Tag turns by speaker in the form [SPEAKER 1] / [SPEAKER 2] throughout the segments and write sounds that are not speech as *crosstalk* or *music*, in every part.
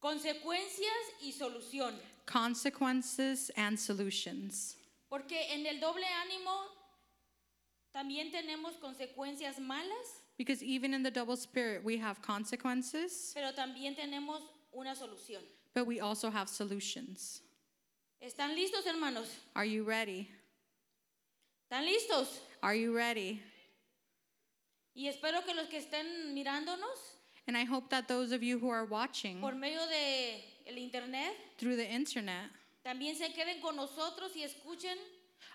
[SPEAKER 1] Consecuencias y solución.
[SPEAKER 2] consequences and solutions.
[SPEAKER 1] Porque en el doble ánimo también tenemos consecuencias malas,
[SPEAKER 2] Because even in the double spirit, we have consequences,
[SPEAKER 1] pero también tenemos una solución.
[SPEAKER 2] but we also have solutions.
[SPEAKER 1] ¿Están listos, hermanos?
[SPEAKER 2] Are you ready?
[SPEAKER 1] ¿Están listos?
[SPEAKER 2] Are you ready?
[SPEAKER 1] Y espero que los que estén mirándonos
[SPEAKER 2] And I hope that those of you who are watching
[SPEAKER 1] por medio de el internet
[SPEAKER 2] through the internet
[SPEAKER 1] también se queden con nosotros y escuchen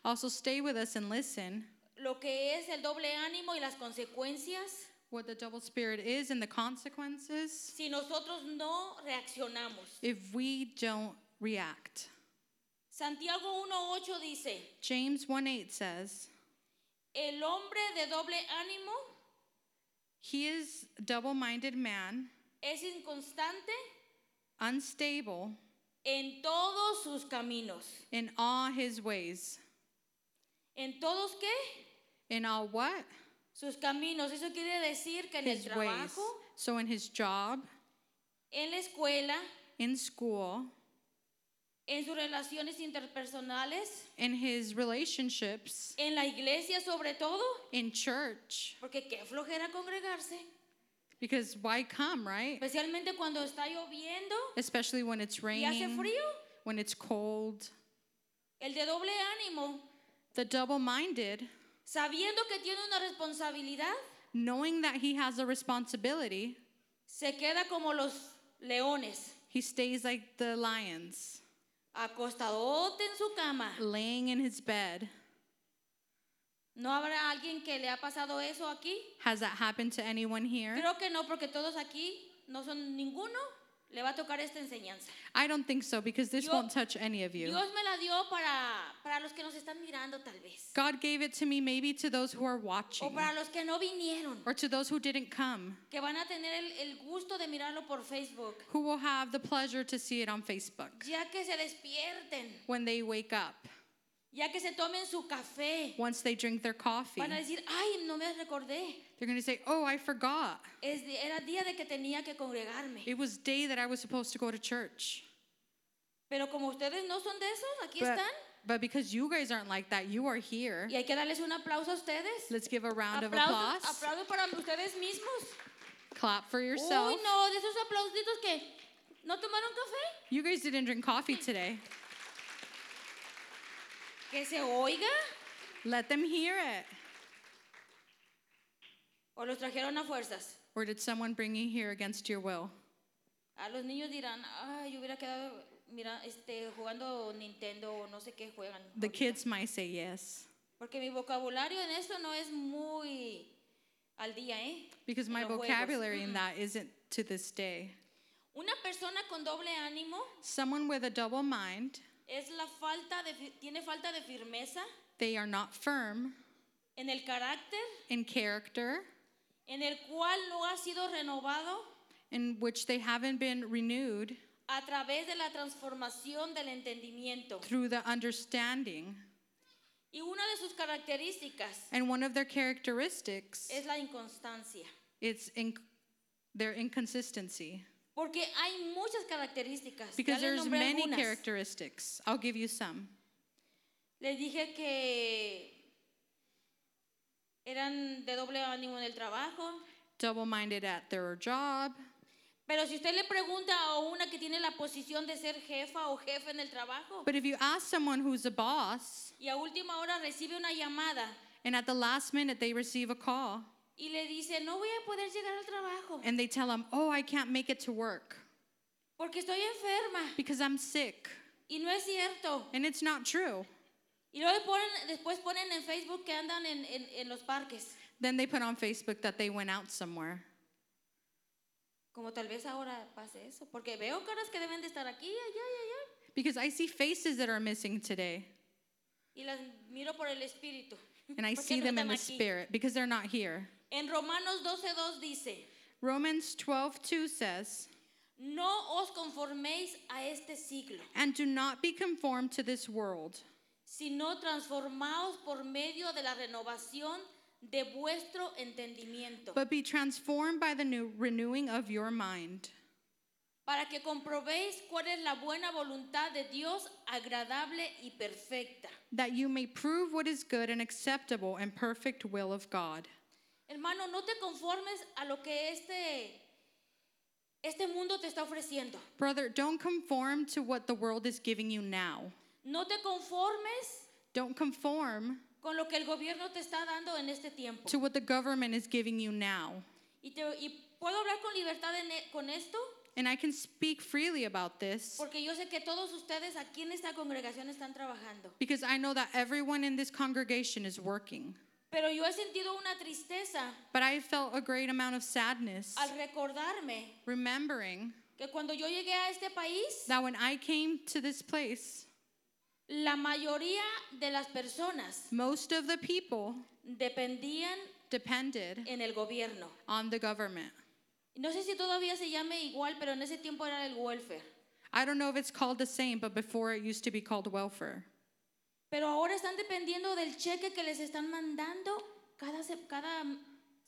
[SPEAKER 2] also stay with us and listen
[SPEAKER 1] lo que es el doble ánimo y las consecuencias
[SPEAKER 2] what the double spirit is and the consequences
[SPEAKER 1] si nosotros no reaccionamos.
[SPEAKER 2] if we don't react.
[SPEAKER 1] Santiago 1:8 dice,
[SPEAKER 2] James 1 8 says,
[SPEAKER 1] "El hombre de doble ánimo
[SPEAKER 2] He is a double minded man,
[SPEAKER 1] es inconstante
[SPEAKER 2] unstable
[SPEAKER 1] en todos sus caminos."
[SPEAKER 2] in all his ways.
[SPEAKER 1] ¿En todos qué?
[SPEAKER 2] In all what?
[SPEAKER 1] Sus caminos. Eso quiere decir que en el
[SPEAKER 2] His ways.
[SPEAKER 1] trabajo,
[SPEAKER 2] So in his job,
[SPEAKER 1] en la escuela,
[SPEAKER 2] in school,
[SPEAKER 1] en sus relaciones interpersonales,
[SPEAKER 2] in his relationships,
[SPEAKER 1] en la iglesia sobre todo,
[SPEAKER 2] in church.
[SPEAKER 1] porque qué flojera congregarse,
[SPEAKER 2] Because why come, right?
[SPEAKER 1] especialmente cuando está lloviendo
[SPEAKER 2] Especially when it's
[SPEAKER 1] y hace
[SPEAKER 2] raining,
[SPEAKER 1] frío.
[SPEAKER 2] when it's cold.
[SPEAKER 1] El de doble ánimo,
[SPEAKER 2] The double minded,
[SPEAKER 1] sabiendo que tiene una responsabilidad,
[SPEAKER 2] knowing that he has a responsibility,
[SPEAKER 1] se queda como los leones,
[SPEAKER 2] he stays like the lions,
[SPEAKER 1] acostadote en su cama.
[SPEAKER 2] laying in his bed.
[SPEAKER 1] ¿No habrá alguien que le ha pasado eso aquí?
[SPEAKER 2] Has that happened to anyone here?
[SPEAKER 1] Creo que no, porque todos aquí no son ninguno. Le va a tocar esta enseñanza.
[SPEAKER 2] I don't think so because this
[SPEAKER 1] Yo-
[SPEAKER 2] won't touch any of you.
[SPEAKER 1] Dios me la dio para, para los que nos están mirando tal vez.
[SPEAKER 2] God gave it to me maybe to those who are
[SPEAKER 1] O
[SPEAKER 2] watching
[SPEAKER 1] para los que no vinieron,
[SPEAKER 2] or to those who didn't come,
[SPEAKER 1] que van a tener el, el gusto de mirarlo por Facebook.
[SPEAKER 2] who will have the pleasure to see it on Facebook
[SPEAKER 1] Ya que se despierten,
[SPEAKER 2] when they wake up,
[SPEAKER 1] ya que se tomen su café,
[SPEAKER 2] once they drink their coffee.
[SPEAKER 1] van a decir, ay, no me recordé.
[SPEAKER 2] They're going to say, "Oh, I forgot.
[SPEAKER 1] Es de- era día de que tenía que congregarme.
[SPEAKER 2] It was day that I was supposed to go to church."
[SPEAKER 1] Pero como ustedes no son de esos, aquí
[SPEAKER 2] But,
[SPEAKER 1] están.
[SPEAKER 2] but because you guys aren't like that, you are here.
[SPEAKER 1] Y hay que darles un aplauso a ustedes.
[SPEAKER 2] Let's give a round of applause. Oh,
[SPEAKER 1] Aplausos, aplausos para ustedes mismos.
[SPEAKER 2] Clap for yourself.
[SPEAKER 1] Uy, no, de esos aplausitos que no tomaron café.
[SPEAKER 2] You guys didn't drink coffee today.
[SPEAKER 1] Que se oiga.
[SPEAKER 2] Let them hear it.
[SPEAKER 1] O los trajeron a fuerzas.
[SPEAKER 2] Or did someone bring you here against your will?
[SPEAKER 1] A Ah, los niños dirán, ay, yo hubiera quedado mira, este, jugando Nintendo o no sé qué juegan.
[SPEAKER 2] The
[SPEAKER 1] ahorita".
[SPEAKER 2] kids might say yes
[SPEAKER 1] Porque mi vocabulario en esto no es muy al día, ¿eh?
[SPEAKER 2] because
[SPEAKER 1] En
[SPEAKER 2] my
[SPEAKER 1] los juegos.
[SPEAKER 2] vocabulary in that isn't to this day.
[SPEAKER 1] Una persona con doble ánimo
[SPEAKER 2] Someone with a double mind,
[SPEAKER 1] es la falta de, fi- tiene falta de firmeza
[SPEAKER 2] they are not firm
[SPEAKER 1] en el carácter
[SPEAKER 2] in character
[SPEAKER 1] en el cual no ha sido renovado
[SPEAKER 2] in which they haven't been renewed
[SPEAKER 1] a través de la transformación del entendimiento.
[SPEAKER 2] through the understanding.
[SPEAKER 1] Y una de sus características
[SPEAKER 2] And one of their characteristics
[SPEAKER 1] es la inconstancia,
[SPEAKER 2] it's in, their inconsistency
[SPEAKER 1] porque hay muchas características. Ya les
[SPEAKER 2] because there's
[SPEAKER 1] nombré
[SPEAKER 2] many
[SPEAKER 1] algunas.
[SPEAKER 2] characteristics. I'll give you some.
[SPEAKER 1] Les dije que eran de doble ánimo en el trabajo,
[SPEAKER 2] Double-minded at their job,
[SPEAKER 1] pero si usted le pregunta a una que tiene la posición de ser jefa o jefe en el trabajo
[SPEAKER 2] but if you ask someone who's a boss
[SPEAKER 1] y a última hora recibe una llamada
[SPEAKER 2] and at the last minute they receive a call
[SPEAKER 1] y le dice, no voy a poder llegar al trabajo
[SPEAKER 2] and they tell them, "Oh, I can't make it to work
[SPEAKER 1] porque estoy enferma
[SPEAKER 2] because I'm sick,"
[SPEAKER 1] y no es cierto.
[SPEAKER 2] and it's not true.
[SPEAKER 1] Y luego ponen- después ponen en Facebook que andan en, en- en los parques,
[SPEAKER 2] Then they put on Facebook that they went out somewhere.
[SPEAKER 1] como tal vez ahora pase eso, porque veo caras que deben de estar aquí, allá, allá, allá,
[SPEAKER 2] Because I see faces that are missing today,
[SPEAKER 1] y las miro por el espíritu.
[SPEAKER 2] *laughs* and I
[SPEAKER 1] ¿Por qué
[SPEAKER 2] see
[SPEAKER 1] no
[SPEAKER 2] them in
[SPEAKER 1] están
[SPEAKER 2] the
[SPEAKER 1] aquí?
[SPEAKER 2] spirit because they're not here.
[SPEAKER 1] En Romanos 12:2 dice,
[SPEAKER 2] Romans 12:2 says,
[SPEAKER 1] no os conforméis a este siglo,
[SPEAKER 2] "And do not be conformed to this world,
[SPEAKER 1] sino transformaos por medio de la renovación de vuestro entendimiento,
[SPEAKER 2] but be transformed by the new renewing of your mind,
[SPEAKER 1] para que comprobéis cuál es la buena voluntad de Dios, agradable y perfecta.
[SPEAKER 2] that you may prove what is good and acceptable and perfect will of God.
[SPEAKER 1] Hermano, no te conformes a lo que este, este mundo te está ofreciendo.
[SPEAKER 2] Brother, don't conform to what the world is giving you now.
[SPEAKER 1] No te conformes
[SPEAKER 2] Don't conform
[SPEAKER 1] con lo que el gobierno te está dando en este tiempo.
[SPEAKER 2] to what the government is giving you now.
[SPEAKER 1] Y, te- y puedo hablar con libertad en e- con esto,
[SPEAKER 2] And I can speak freely about this
[SPEAKER 1] porque yo sé que todos ustedes aquí en esta congregación están trabajando.
[SPEAKER 2] because I know that everyone in this congregation is working.
[SPEAKER 1] Pero yo he sentido una tristeza
[SPEAKER 2] But I felt a great amount of sadness
[SPEAKER 1] al recordarme
[SPEAKER 2] remembering
[SPEAKER 1] que cuando yo llegué a este país,
[SPEAKER 2] that when I came to this place,
[SPEAKER 1] la mayoría de las personas
[SPEAKER 2] most of the people
[SPEAKER 1] dependían
[SPEAKER 2] depended
[SPEAKER 1] en el gobierno.
[SPEAKER 2] on the government.
[SPEAKER 1] No sé si todavía se llame igual, pero en ese tiempo era el welfare.
[SPEAKER 2] I don't know if it's called the same, but before it used to be called welfare.
[SPEAKER 1] Pero ahora están dependiendo del cheque que les están mandando cada, se- cada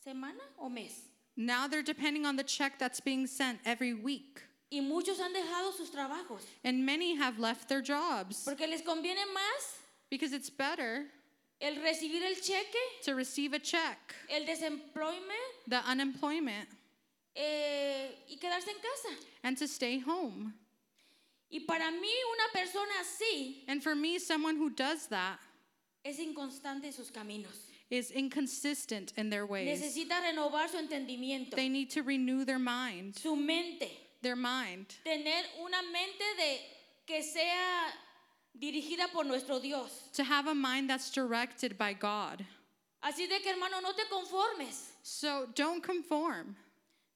[SPEAKER 1] semana o mes.
[SPEAKER 2] Now they're depending on the check that's being sent every week.
[SPEAKER 1] Y muchos han dejado sus trabajos
[SPEAKER 2] And many have left their jobs
[SPEAKER 1] porque les conviene más
[SPEAKER 2] because it's better
[SPEAKER 1] el recibir el cheque,
[SPEAKER 2] to receive a check,
[SPEAKER 1] el desempleo
[SPEAKER 2] the unemployment,
[SPEAKER 1] eh, y quedarse en casa.
[SPEAKER 2] and to stay home.
[SPEAKER 1] Y para mí una persona así
[SPEAKER 2] And for me, someone who does that
[SPEAKER 1] es inconstante en sus caminos.
[SPEAKER 2] is inconsistent in their ways.
[SPEAKER 1] Necesita renovar su entendimiento,
[SPEAKER 2] They need to renew their mind,
[SPEAKER 1] su mente,
[SPEAKER 2] their mind,
[SPEAKER 1] tener una mente de que sea dirigida por nuestro Dios.
[SPEAKER 2] to have a mind that's directed by God.
[SPEAKER 1] Así de que hermano, no te conformes.
[SPEAKER 2] So don't conform.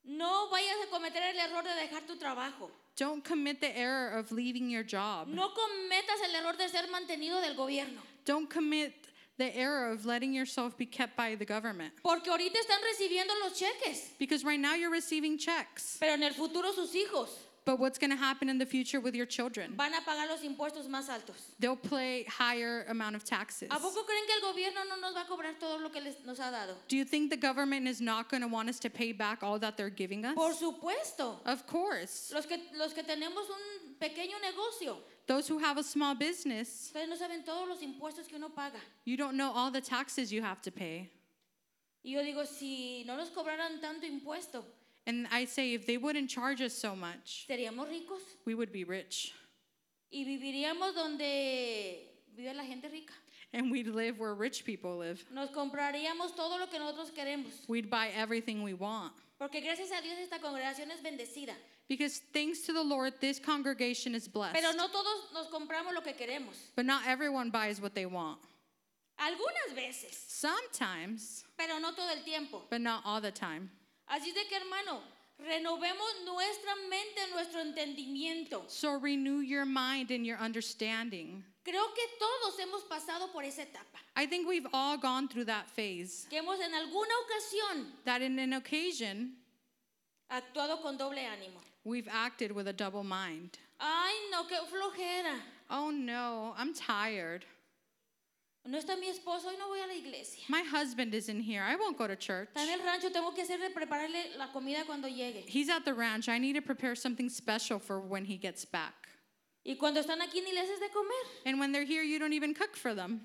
[SPEAKER 1] No vayas a cometer el error de dejar tu trabajo.
[SPEAKER 2] Don't commit the error of leaving your job.
[SPEAKER 1] No cometas el error de ser mantenido del gobierno.
[SPEAKER 2] Don't commit the error of letting yourself be kept by the government.
[SPEAKER 1] Porque ahorita están recibiendo los cheques,
[SPEAKER 2] Because right now you're receiving checks.
[SPEAKER 1] pero en el futuro sus hijos
[SPEAKER 2] But what's going to happen in the future with your children?
[SPEAKER 1] van a pagar los impuestos más altos.
[SPEAKER 2] They'll pay higher amount of taxes.
[SPEAKER 1] ¿A poco creen que el gobierno no nos va a cobrar todo lo que les- nos ha dado?
[SPEAKER 2] Do you think the government is not going to want us to pay back all that they're giving us?
[SPEAKER 1] Por supuesto.
[SPEAKER 2] Of course.
[SPEAKER 1] Los que, los que tenemos un pequeño negocio,
[SPEAKER 2] Those who have a small business,
[SPEAKER 1] ustedes no saben todos los impuestos que uno paga.
[SPEAKER 2] you don't know all the taxes you have to pay.
[SPEAKER 1] Y yo digo, si no nos cobraran tanto impuesto,
[SPEAKER 2] And I say if they wouldn't charge us so much,
[SPEAKER 1] seríamos ricos
[SPEAKER 2] we would be rich.
[SPEAKER 1] y viviríamos donde vive la gente rica.
[SPEAKER 2] And we'd live where rich people live.
[SPEAKER 1] Nos compraríamos todo lo que nosotros queremos.
[SPEAKER 2] We'd buy everything we want.
[SPEAKER 1] Porque gracias a Dios esta congregación es bendecida.
[SPEAKER 2] Because thanks to the Lord, this congregation is blessed.
[SPEAKER 1] Pero no todos nos compramos lo que queremos.
[SPEAKER 2] But not everyone buys what they want.
[SPEAKER 1] Algunas veces,
[SPEAKER 2] Sometimes,
[SPEAKER 1] pero no todo el tiempo.
[SPEAKER 2] but not all the time.
[SPEAKER 1] Así de que hermano, renovemos nuestra mente, nuestro entendimiento.
[SPEAKER 2] So renew your mind and your understanding.
[SPEAKER 1] Creo que todos hemos pasado por esa etapa.
[SPEAKER 2] I think we've all gone through that phase.
[SPEAKER 1] Que hemos en alguna ocasión
[SPEAKER 2] That in an occasion,
[SPEAKER 1] actuado con doble ánimo.
[SPEAKER 2] we've acted with a double mind.
[SPEAKER 1] Ay, no, qué flojera.
[SPEAKER 2] Oh no, I'm tired.
[SPEAKER 1] No está mi esposo, hoy no voy a la iglesia.
[SPEAKER 2] My husband isn't here. I won't go to church.
[SPEAKER 1] Está en el rancho, tengo que hacerle prepararle la comida cuando llegue.
[SPEAKER 2] He's at the ranch. I need to prepare something special for when he gets back.
[SPEAKER 1] Y cuando están aquí ni le haces de comer.
[SPEAKER 2] And when they're here, you don't even cook for them.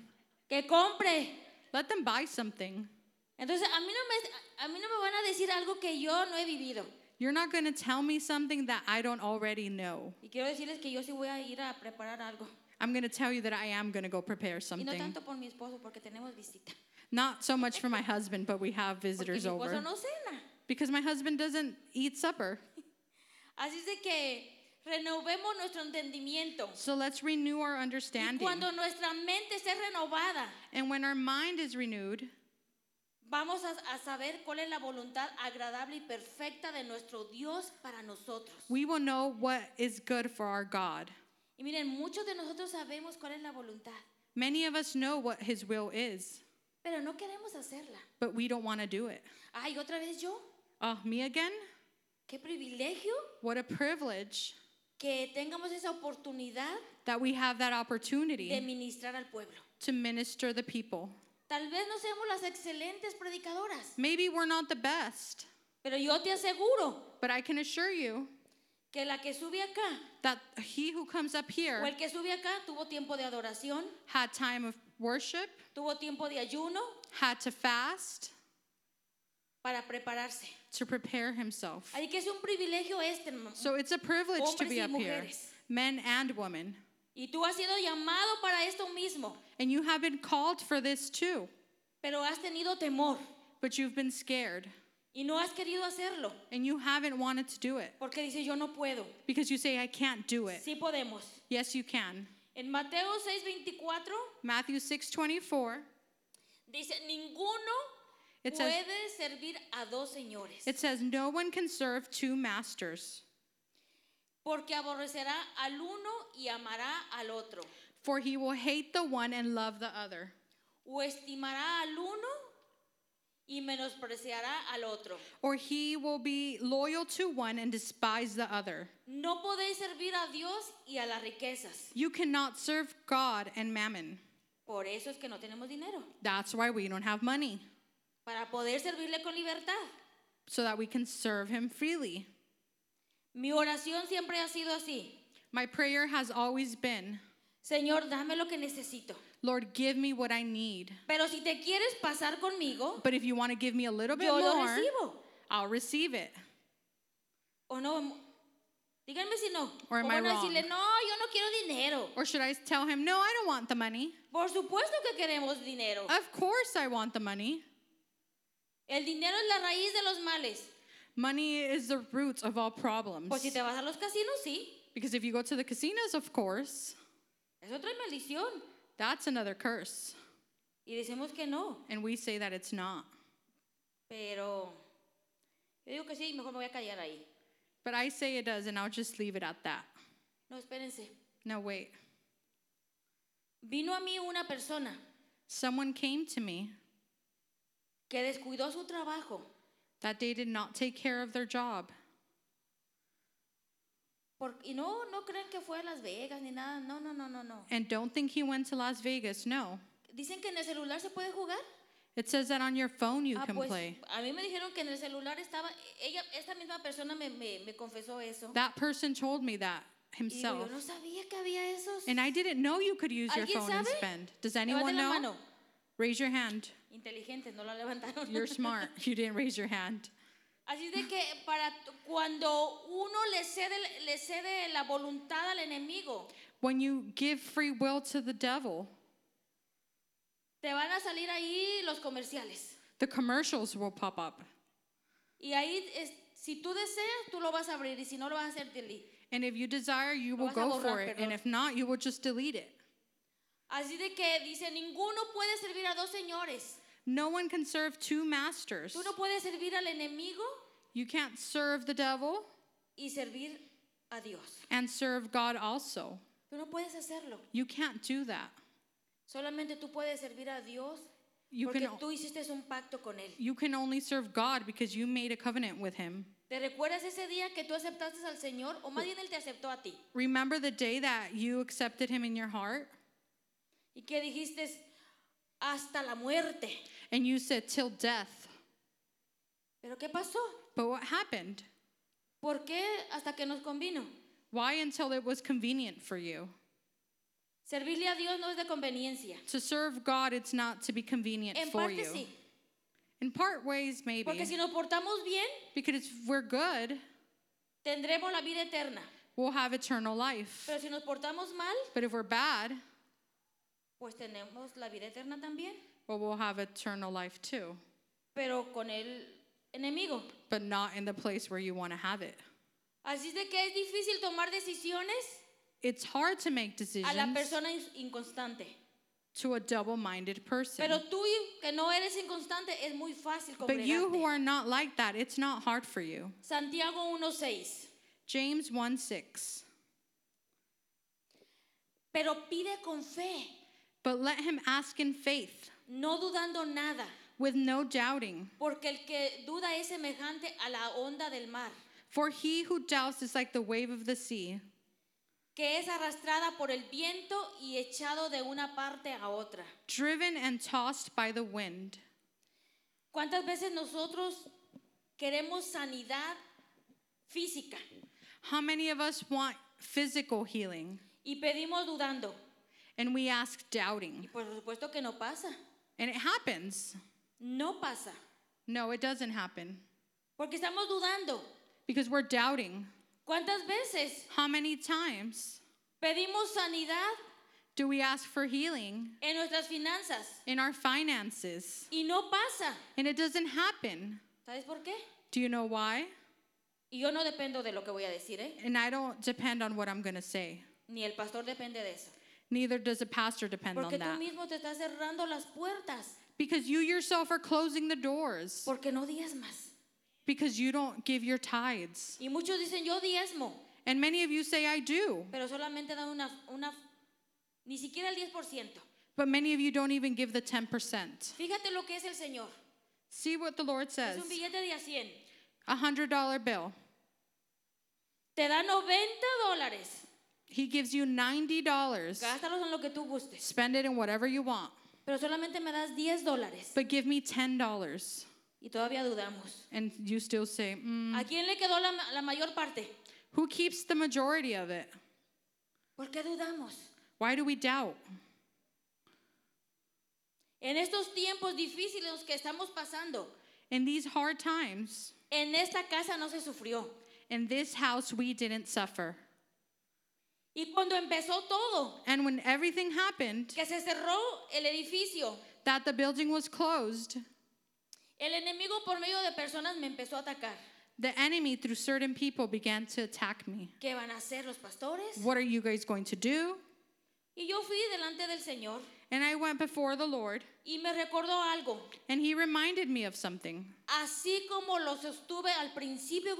[SPEAKER 1] Que compre.
[SPEAKER 2] Let them buy something.
[SPEAKER 1] Entonces, a mí, no me, a mí no me van a decir algo que yo no he vivido.
[SPEAKER 2] You're not going to tell me something that I don't already know.
[SPEAKER 1] Y quiero decirles que yo sí voy a ir a preparar algo.
[SPEAKER 2] I'm going to tell you that I am going to go prepare
[SPEAKER 1] Y no
[SPEAKER 2] something.
[SPEAKER 1] tanto por mi esposo, porque tenemos visita.
[SPEAKER 2] Not so much for my husband, but we have
[SPEAKER 1] Porque mi
[SPEAKER 2] visitors
[SPEAKER 1] esposo
[SPEAKER 2] over.
[SPEAKER 1] no cena.
[SPEAKER 2] Because my husband doesn't eat supper.
[SPEAKER 1] Así es de que renovemos nuestro entendimiento.
[SPEAKER 2] So let's renew our
[SPEAKER 1] Y
[SPEAKER 2] understanding.
[SPEAKER 1] cuando nuestra mente esté renovada,
[SPEAKER 2] And when our mind is renewed,
[SPEAKER 1] vamos a, a saber cuál es la voluntad agradable y perfecta de nuestro Dios para nosotros.
[SPEAKER 2] we will know what is good for our God.
[SPEAKER 1] Y miren, muchos de nosotros sabemos cuál es la voluntad,
[SPEAKER 2] Many of us know what his will is,
[SPEAKER 1] pero no queremos hacerla.
[SPEAKER 2] but we don't want to do it.
[SPEAKER 1] Ay, otra vez yo.
[SPEAKER 2] Oh, me again?
[SPEAKER 1] Qué privilegio
[SPEAKER 2] What a privilege
[SPEAKER 1] que tengamos esa oportunidad
[SPEAKER 2] that we have that
[SPEAKER 1] de
[SPEAKER 2] opportunity
[SPEAKER 1] ministrar al pueblo.
[SPEAKER 2] to minister the people.
[SPEAKER 1] Tal vez no seamos las excelentes predicadoras,
[SPEAKER 2] Maybe we're not the best,
[SPEAKER 1] pero yo te aseguro
[SPEAKER 2] but I can assure you
[SPEAKER 1] que la que sube acá
[SPEAKER 2] that he who comes up
[SPEAKER 1] o
[SPEAKER 2] here
[SPEAKER 1] el que sube acá tuvo tiempo de adoración,
[SPEAKER 2] had time of worship,
[SPEAKER 1] tuvo tiempo de ayuno
[SPEAKER 2] had to fast
[SPEAKER 1] para prepararse.
[SPEAKER 2] to prepare himself.
[SPEAKER 1] Así que es un privilegio este, hermano.
[SPEAKER 2] So it's a privilege to
[SPEAKER 1] Hombres
[SPEAKER 2] be
[SPEAKER 1] y
[SPEAKER 2] up here,
[SPEAKER 1] mujeres.
[SPEAKER 2] men and women.
[SPEAKER 1] Y tú has sido llamado para esto mismo,
[SPEAKER 2] And you have been called for this too,
[SPEAKER 1] pero has tenido temor
[SPEAKER 2] but you've been scared
[SPEAKER 1] y no has querido hacerlo
[SPEAKER 2] and you haven't wanted to do it
[SPEAKER 1] porque dice yo no puedo.
[SPEAKER 2] because you say, I can't do it.
[SPEAKER 1] Sí podemos.
[SPEAKER 2] Yes, you can.
[SPEAKER 1] En Mateo 6:24
[SPEAKER 2] Matthew 6 24,
[SPEAKER 1] dice, ninguno
[SPEAKER 2] It says-
[SPEAKER 1] puede servir a dos señores,
[SPEAKER 2] it says, No one can serve two masters,
[SPEAKER 1] porque aborrecerá al uno y amará al otro,
[SPEAKER 2] for he will hate the one and love the other,
[SPEAKER 1] o estimará al uno y menospreciará al otro.
[SPEAKER 2] or he will be loyal to one and despise the other.
[SPEAKER 1] No podéis servir a Dios y a las riquezas.
[SPEAKER 2] You cannot serve God and mammon.
[SPEAKER 1] Por eso es que no tenemos dinero,
[SPEAKER 2] That's why we don't have money,
[SPEAKER 1] para poder servirle con libertad.
[SPEAKER 2] so that we can serve him freely.
[SPEAKER 1] Mi oración siempre ha sido así.
[SPEAKER 2] My prayer has always been,
[SPEAKER 1] Señor, dame lo que necesito.
[SPEAKER 2] Lord, give me what I need.
[SPEAKER 1] Pero si te quieres pasar conmigo,
[SPEAKER 2] But if you want to give me a little bit
[SPEAKER 1] yo lo
[SPEAKER 2] more,
[SPEAKER 1] recibo.
[SPEAKER 2] I'll receive it.
[SPEAKER 1] ¿O no? Díganme si no.
[SPEAKER 2] Or am
[SPEAKER 1] ¿Cómo
[SPEAKER 2] I
[SPEAKER 1] no
[SPEAKER 2] wrong?
[SPEAKER 1] decirle, no, yo no quiero dinero?
[SPEAKER 2] Or should I tell him, no, I don't want the money?
[SPEAKER 1] Por supuesto que queremos dinero.
[SPEAKER 2] Of course I want the money.
[SPEAKER 1] El dinero es la raíz de los males.
[SPEAKER 2] Money is the root of all problems.
[SPEAKER 1] Pues si te vas a los casinos, sí.
[SPEAKER 2] Because if you go to the casinos, of course,
[SPEAKER 1] Es otra maldición.
[SPEAKER 2] that's another curse.
[SPEAKER 1] Y decimos que no.
[SPEAKER 2] And we say that it's not.
[SPEAKER 1] Pero yo digo que sí, mejor me voy a callar ahí.
[SPEAKER 2] But I say it does, and I'll just leave it at that.
[SPEAKER 1] No, espérense.
[SPEAKER 2] No, wait.
[SPEAKER 1] Vino a mí una persona
[SPEAKER 2] Someone came to me
[SPEAKER 1] que descuidó su trabajo
[SPEAKER 2] that day did not take care of their job.
[SPEAKER 1] Por- y no, no crean que fue a Las Vegas ni nada. No, no, no, no, no.
[SPEAKER 2] And don't think he went to Las Vegas. No.
[SPEAKER 1] Dicen que en el celular se puede jugar.
[SPEAKER 2] It says that on your phone you
[SPEAKER 1] ah,
[SPEAKER 2] can
[SPEAKER 1] pues
[SPEAKER 2] play.
[SPEAKER 1] a mí me dijeron que en el celular estaba. Ella, esta misma persona me, me, me confesó eso.
[SPEAKER 2] That person told me that
[SPEAKER 1] Y digo,
[SPEAKER 2] himself.
[SPEAKER 1] yo no sabía que había esos.
[SPEAKER 2] And I didn't know you could use your
[SPEAKER 1] ¿Alguien
[SPEAKER 2] phone and
[SPEAKER 1] sabe?
[SPEAKER 2] spend. Does
[SPEAKER 1] Levanten
[SPEAKER 2] anyone
[SPEAKER 1] la
[SPEAKER 2] know?
[SPEAKER 1] mano.
[SPEAKER 2] Raise your hand.
[SPEAKER 1] Inteligentes, no la levantaron. *laughs*
[SPEAKER 2] You're smart. You didn't raise your hand.
[SPEAKER 1] Así de que para t- cuando uno le cede, le cede la voluntad al enemigo,
[SPEAKER 2] When you give free will to the devil,
[SPEAKER 1] te van a salir ahí los comerciales.
[SPEAKER 2] the commercials will pop up.
[SPEAKER 1] Y ahí, es- si tú deseas, tú lo vas a abrir y si no, lo vas a hacer delete.
[SPEAKER 2] And if you desire, you
[SPEAKER 1] Lo
[SPEAKER 2] will
[SPEAKER 1] vas a
[SPEAKER 2] go for
[SPEAKER 1] borrar,
[SPEAKER 2] it. And
[SPEAKER 1] perdón.
[SPEAKER 2] if not, you will just delete it.
[SPEAKER 1] Así de que dice, ninguno puede servir a dos señores.
[SPEAKER 2] No one can serve two masters.
[SPEAKER 1] Tú no puedes servir al enemigo
[SPEAKER 2] You can't serve the devil
[SPEAKER 1] y servir a Dios.
[SPEAKER 2] and serve God also.
[SPEAKER 1] Tú no puedes hacerlo.
[SPEAKER 2] You can't do that.
[SPEAKER 1] Solamente tú puedes servir a Dios
[SPEAKER 2] You
[SPEAKER 1] porque
[SPEAKER 2] can, o-
[SPEAKER 1] tú hiciste un pacto con Él.
[SPEAKER 2] you can only serve God because you made a covenant with Him.
[SPEAKER 1] ¿Te recuerdas ese día que tú aceptaste al Señor? O más bien Él te aceptó a ti.
[SPEAKER 2] Remember the day that you accepted Him in your heart
[SPEAKER 1] Y que dijiste, hasta la muerte.
[SPEAKER 2] and you said, till death.
[SPEAKER 1] ¿Pero qué pasó?
[SPEAKER 2] But what happened?
[SPEAKER 1] ¿Por qué hasta que nos convino?
[SPEAKER 2] Why until it was convenient for you?
[SPEAKER 1] Servirle a Dios no es de conveniencia.
[SPEAKER 2] To serve God, it's not to be convenient
[SPEAKER 1] En
[SPEAKER 2] for
[SPEAKER 1] parte
[SPEAKER 2] you.
[SPEAKER 1] sí.
[SPEAKER 2] In part ways, maybe.
[SPEAKER 1] Porque si nos portamos bien,
[SPEAKER 2] because if we're good,
[SPEAKER 1] tendremos la vida eterna.
[SPEAKER 2] we'll have eternal life.
[SPEAKER 1] Pero si nos portamos mal,
[SPEAKER 2] But if we're bad,
[SPEAKER 1] pues tenemos la vida eterna también,
[SPEAKER 2] well, we'll have eternal life too.
[SPEAKER 1] pero con el enemigo.
[SPEAKER 2] But not in the place where you want to have it.
[SPEAKER 1] Así es de que es difícil tomar decisiones
[SPEAKER 2] It's hard to make
[SPEAKER 1] a la
[SPEAKER 2] decisions
[SPEAKER 1] persona in- inconstante.
[SPEAKER 2] to a double minded person.
[SPEAKER 1] Pero tú y- que no eres inconstante es muy fácil
[SPEAKER 2] but you who
[SPEAKER 1] congregarte.
[SPEAKER 2] are not like that, it's not hard for you.
[SPEAKER 1] Santiago 1:6.
[SPEAKER 2] James 1 6.
[SPEAKER 1] Pero pide con fe,
[SPEAKER 2] But let him ask in faith,
[SPEAKER 1] no dudando nada,
[SPEAKER 2] with no doubting.
[SPEAKER 1] porque el que duda es semejante a la onda del mar,
[SPEAKER 2] For he who doubts is like the wave of the sea,
[SPEAKER 1] que es arrastrada por el viento y echado de una parte a otra.
[SPEAKER 2] driven and tossed by the wind.
[SPEAKER 1] ¿Cuántas veces nosotros queremos sanidad física?
[SPEAKER 2] How many of us want physical healing?
[SPEAKER 1] Y pedimos dudando.
[SPEAKER 2] And we ask doubting.
[SPEAKER 1] Y por supuesto que no pasa.
[SPEAKER 2] And it happens.
[SPEAKER 1] No pasa.
[SPEAKER 2] No, it doesn't happen.
[SPEAKER 1] Porque estamos dudando.
[SPEAKER 2] Because we're doubting.
[SPEAKER 1] ¿Cuántas veces
[SPEAKER 2] How many times
[SPEAKER 1] pedimos sanidad
[SPEAKER 2] do we ask for healing
[SPEAKER 1] en nuestras finanzas?
[SPEAKER 2] in our finances?
[SPEAKER 1] Y no pasa.
[SPEAKER 2] And it doesn't happen.
[SPEAKER 1] ¿Sabes por qué?
[SPEAKER 2] Do you know why?
[SPEAKER 1] Y yo no dependo de lo que voy a decir, ¿eh?
[SPEAKER 2] And I don't depend on what I'm going to say.
[SPEAKER 1] Ni el pastor depende de eso.
[SPEAKER 2] Neither does a pastor depend on
[SPEAKER 1] Porque tú
[SPEAKER 2] that.
[SPEAKER 1] mismo te estás cerrando las puertas.
[SPEAKER 2] Because you yourself are closing the doors
[SPEAKER 1] Porque no diezmas.
[SPEAKER 2] because you don't give your tithes.
[SPEAKER 1] Y muchos dicen, yo diezmo.
[SPEAKER 2] And many of you say, I do.
[SPEAKER 1] Pero solamente dan una, una ni siquiera el 10%.
[SPEAKER 2] But many of you don't even give the 10%.
[SPEAKER 1] Fíjate lo que es el Señor.
[SPEAKER 2] See what the Lord says
[SPEAKER 1] Es un billete de a 100.
[SPEAKER 2] a $100 bill.
[SPEAKER 1] Te da 90 dólares.
[SPEAKER 2] He gives you $90.
[SPEAKER 1] Gástalos en lo que tú gustes.
[SPEAKER 2] Spend it in whatever you want.
[SPEAKER 1] Pero solamente me das 10 dólares.
[SPEAKER 2] But give me $10.
[SPEAKER 1] Y todavía dudamos.
[SPEAKER 2] And you still say, "Mm,
[SPEAKER 1] ¿A quién le quedó la, ma- la mayor parte?
[SPEAKER 2] Who keeps the majority of it?
[SPEAKER 1] ¿Por qué dudamos?
[SPEAKER 2] Why do we doubt?
[SPEAKER 1] En estos tiempos difíciles que estamos pasando,
[SPEAKER 2] In these hard times,
[SPEAKER 1] en esta casa no se sufrió.
[SPEAKER 2] in this house, we didn't suffer.
[SPEAKER 1] Y cuando empezó todo,
[SPEAKER 2] And when everything happened,
[SPEAKER 1] que se cerró el edificio,
[SPEAKER 2] that the building was closed,
[SPEAKER 1] el enemigo por medio de personas me empezó a atacar.
[SPEAKER 2] the enemy, through certain people, began to attack me.
[SPEAKER 1] ¿Qué van a hacer los pastores?
[SPEAKER 2] What are you guys going to do?
[SPEAKER 1] Y yo fui delante del Señor
[SPEAKER 2] And I went before the Lord,
[SPEAKER 1] y me recordó algo.
[SPEAKER 2] and He reminded me of something.
[SPEAKER 1] Así como lo sostuve al principio,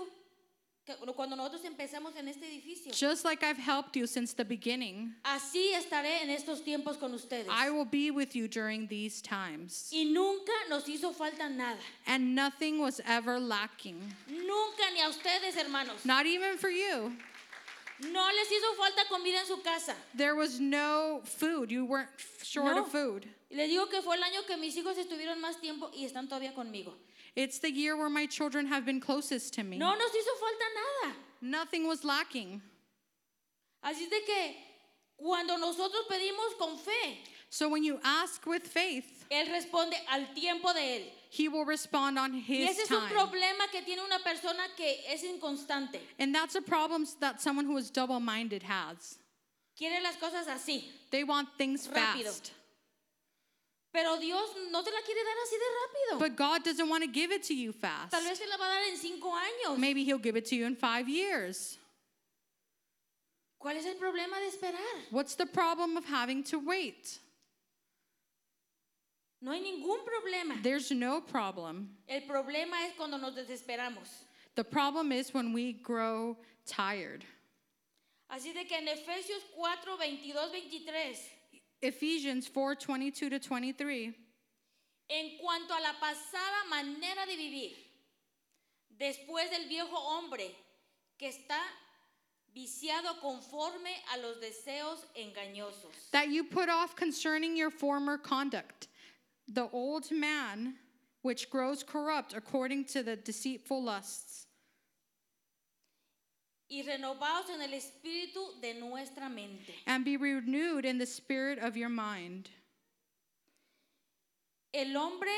[SPEAKER 1] que- cuando nosotros empezamos en este edificio,
[SPEAKER 2] Just like I've helped you since the beginning,
[SPEAKER 1] así estaré en estos tiempos con ustedes.
[SPEAKER 2] I will be with you during these times.
[SPEAKER 1] Y nunca nos hizo falta nada.
[SPEAKER 2] And nothing was ever lacking,
[SPEAKER 1] Nunca ni a ustedes, hermanos.
[SPEAKER 2] not even for you.
[SPEAKER 1] No les hizo falta comida en su casa.
[SPEAKER 2] There was no food. You weren't f- short
[SPEAKER 1] No.
[SPEAKER 2] of food.
[SPEAKER 1] Y les digo que fue el año que mis hijos estuvieron más tiempo y están todavía conmigo.
[SPEAKER 2] It's the year where my children have been closest to me.
[SPEAKER 1] No nos hizo falta nada.
[SPEAKER 2] Nothing was lacking.
[SPEAKER 1] Así es de que cuando nosotros pedimos con fe,
[SPEAKER 2] So when you ask with faith,
[SPEAKER 1] Él responde al tiempo de Él.
[SPEAKER 2] He will respond on
[SPEAKER 1] Y
[SPEAKER 2] His
[SPEAKER 1] ese es un
[SPEAKER 2] time.
[SPEAKER 1] problema que tiene una persona que es inconstante.
[SPEAKER 2] And that's a problem s- that someone who is double minded has.
[SPEAKER 1] Quiere las cosas así.
[SPEAKER 2] They want things
[SPEAKER 1] Rápido.
[SPEAKER 2] fast.
[SPEAKER 1] Pero Dios no te la quiere dar así de rápido.
[SPEAKER 2] But God doesn't want to give it to you fast.
[SPEAKER 1] Tal vez te la va a dar en cinco años.
[SPEAKER 2] Maybe He'll give it to you in five years.
[SPEAKER 1] ¿Cuál es el problema de esperar?
[SPEAKER 2] What's the problem of having to wait?
[SPEAKER 1] No hay ningún problema.
[SPEAKER 2] There's no problem.
[SPEAKER 1] El problema es cuando nos desesperamos.
[SPEAKER 2] The problem is when we grow tired.
[SPEAKER 1] Así de que en Efesios 4, 22, 23,
[SPEAKER 2] Ephesians 4 22 to 23.
[SPEAKER 1] en cuanto a la pasada manera de vivir, después del viejo hombre que está viciado conforme a los deseos engañosos.
[SPEAKER 2] That you put off concerning your former conduct, the old man which grows corrupt according to the deceitful lusts,
[SPEAKER 1] Y renovados en el espíritu de nuestra mente.
[SPEAKER 2] and be renewed in the spirit of your mind.
[SPEAKER 1] El hombre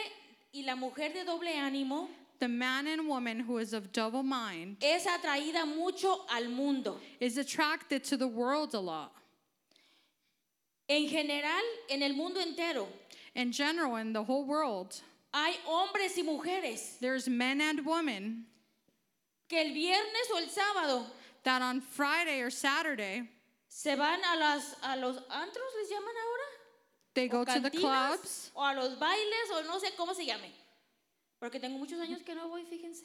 [SPEAKER 1] y la mujer de doble ánimo
[SPEAKER 2] The man and woman who is of double mind
[SPEAKER 1] es atraída mucho al mundo.
[SPEAKER 2] is attracted to the world a lot.
[SPEAKER 1] En general, en el mundo entero,
[SPEAKER 2] In general, in the whole world,
[SPEAKER 1] hay hombres y mujeres
[SPEAKER 2] there's men and women
[SPEAKER 1] que el viernes o el sábado
[SPEAKER 2] that on Friday or Saturday,
[SPEAKER 1] se van a, las, a los antros, les llaman ahora,
[SPEAKER 2] they go
[SPEAKER 1] o
[SPEAKER 2] to the
[SPEAKER 1] cantinas,
[SPEAKER 2] clubs
[SPEAKER 1] o a los bailes, o no sé cómo se llame. Porque tengo muchos años que no voy, fíjense.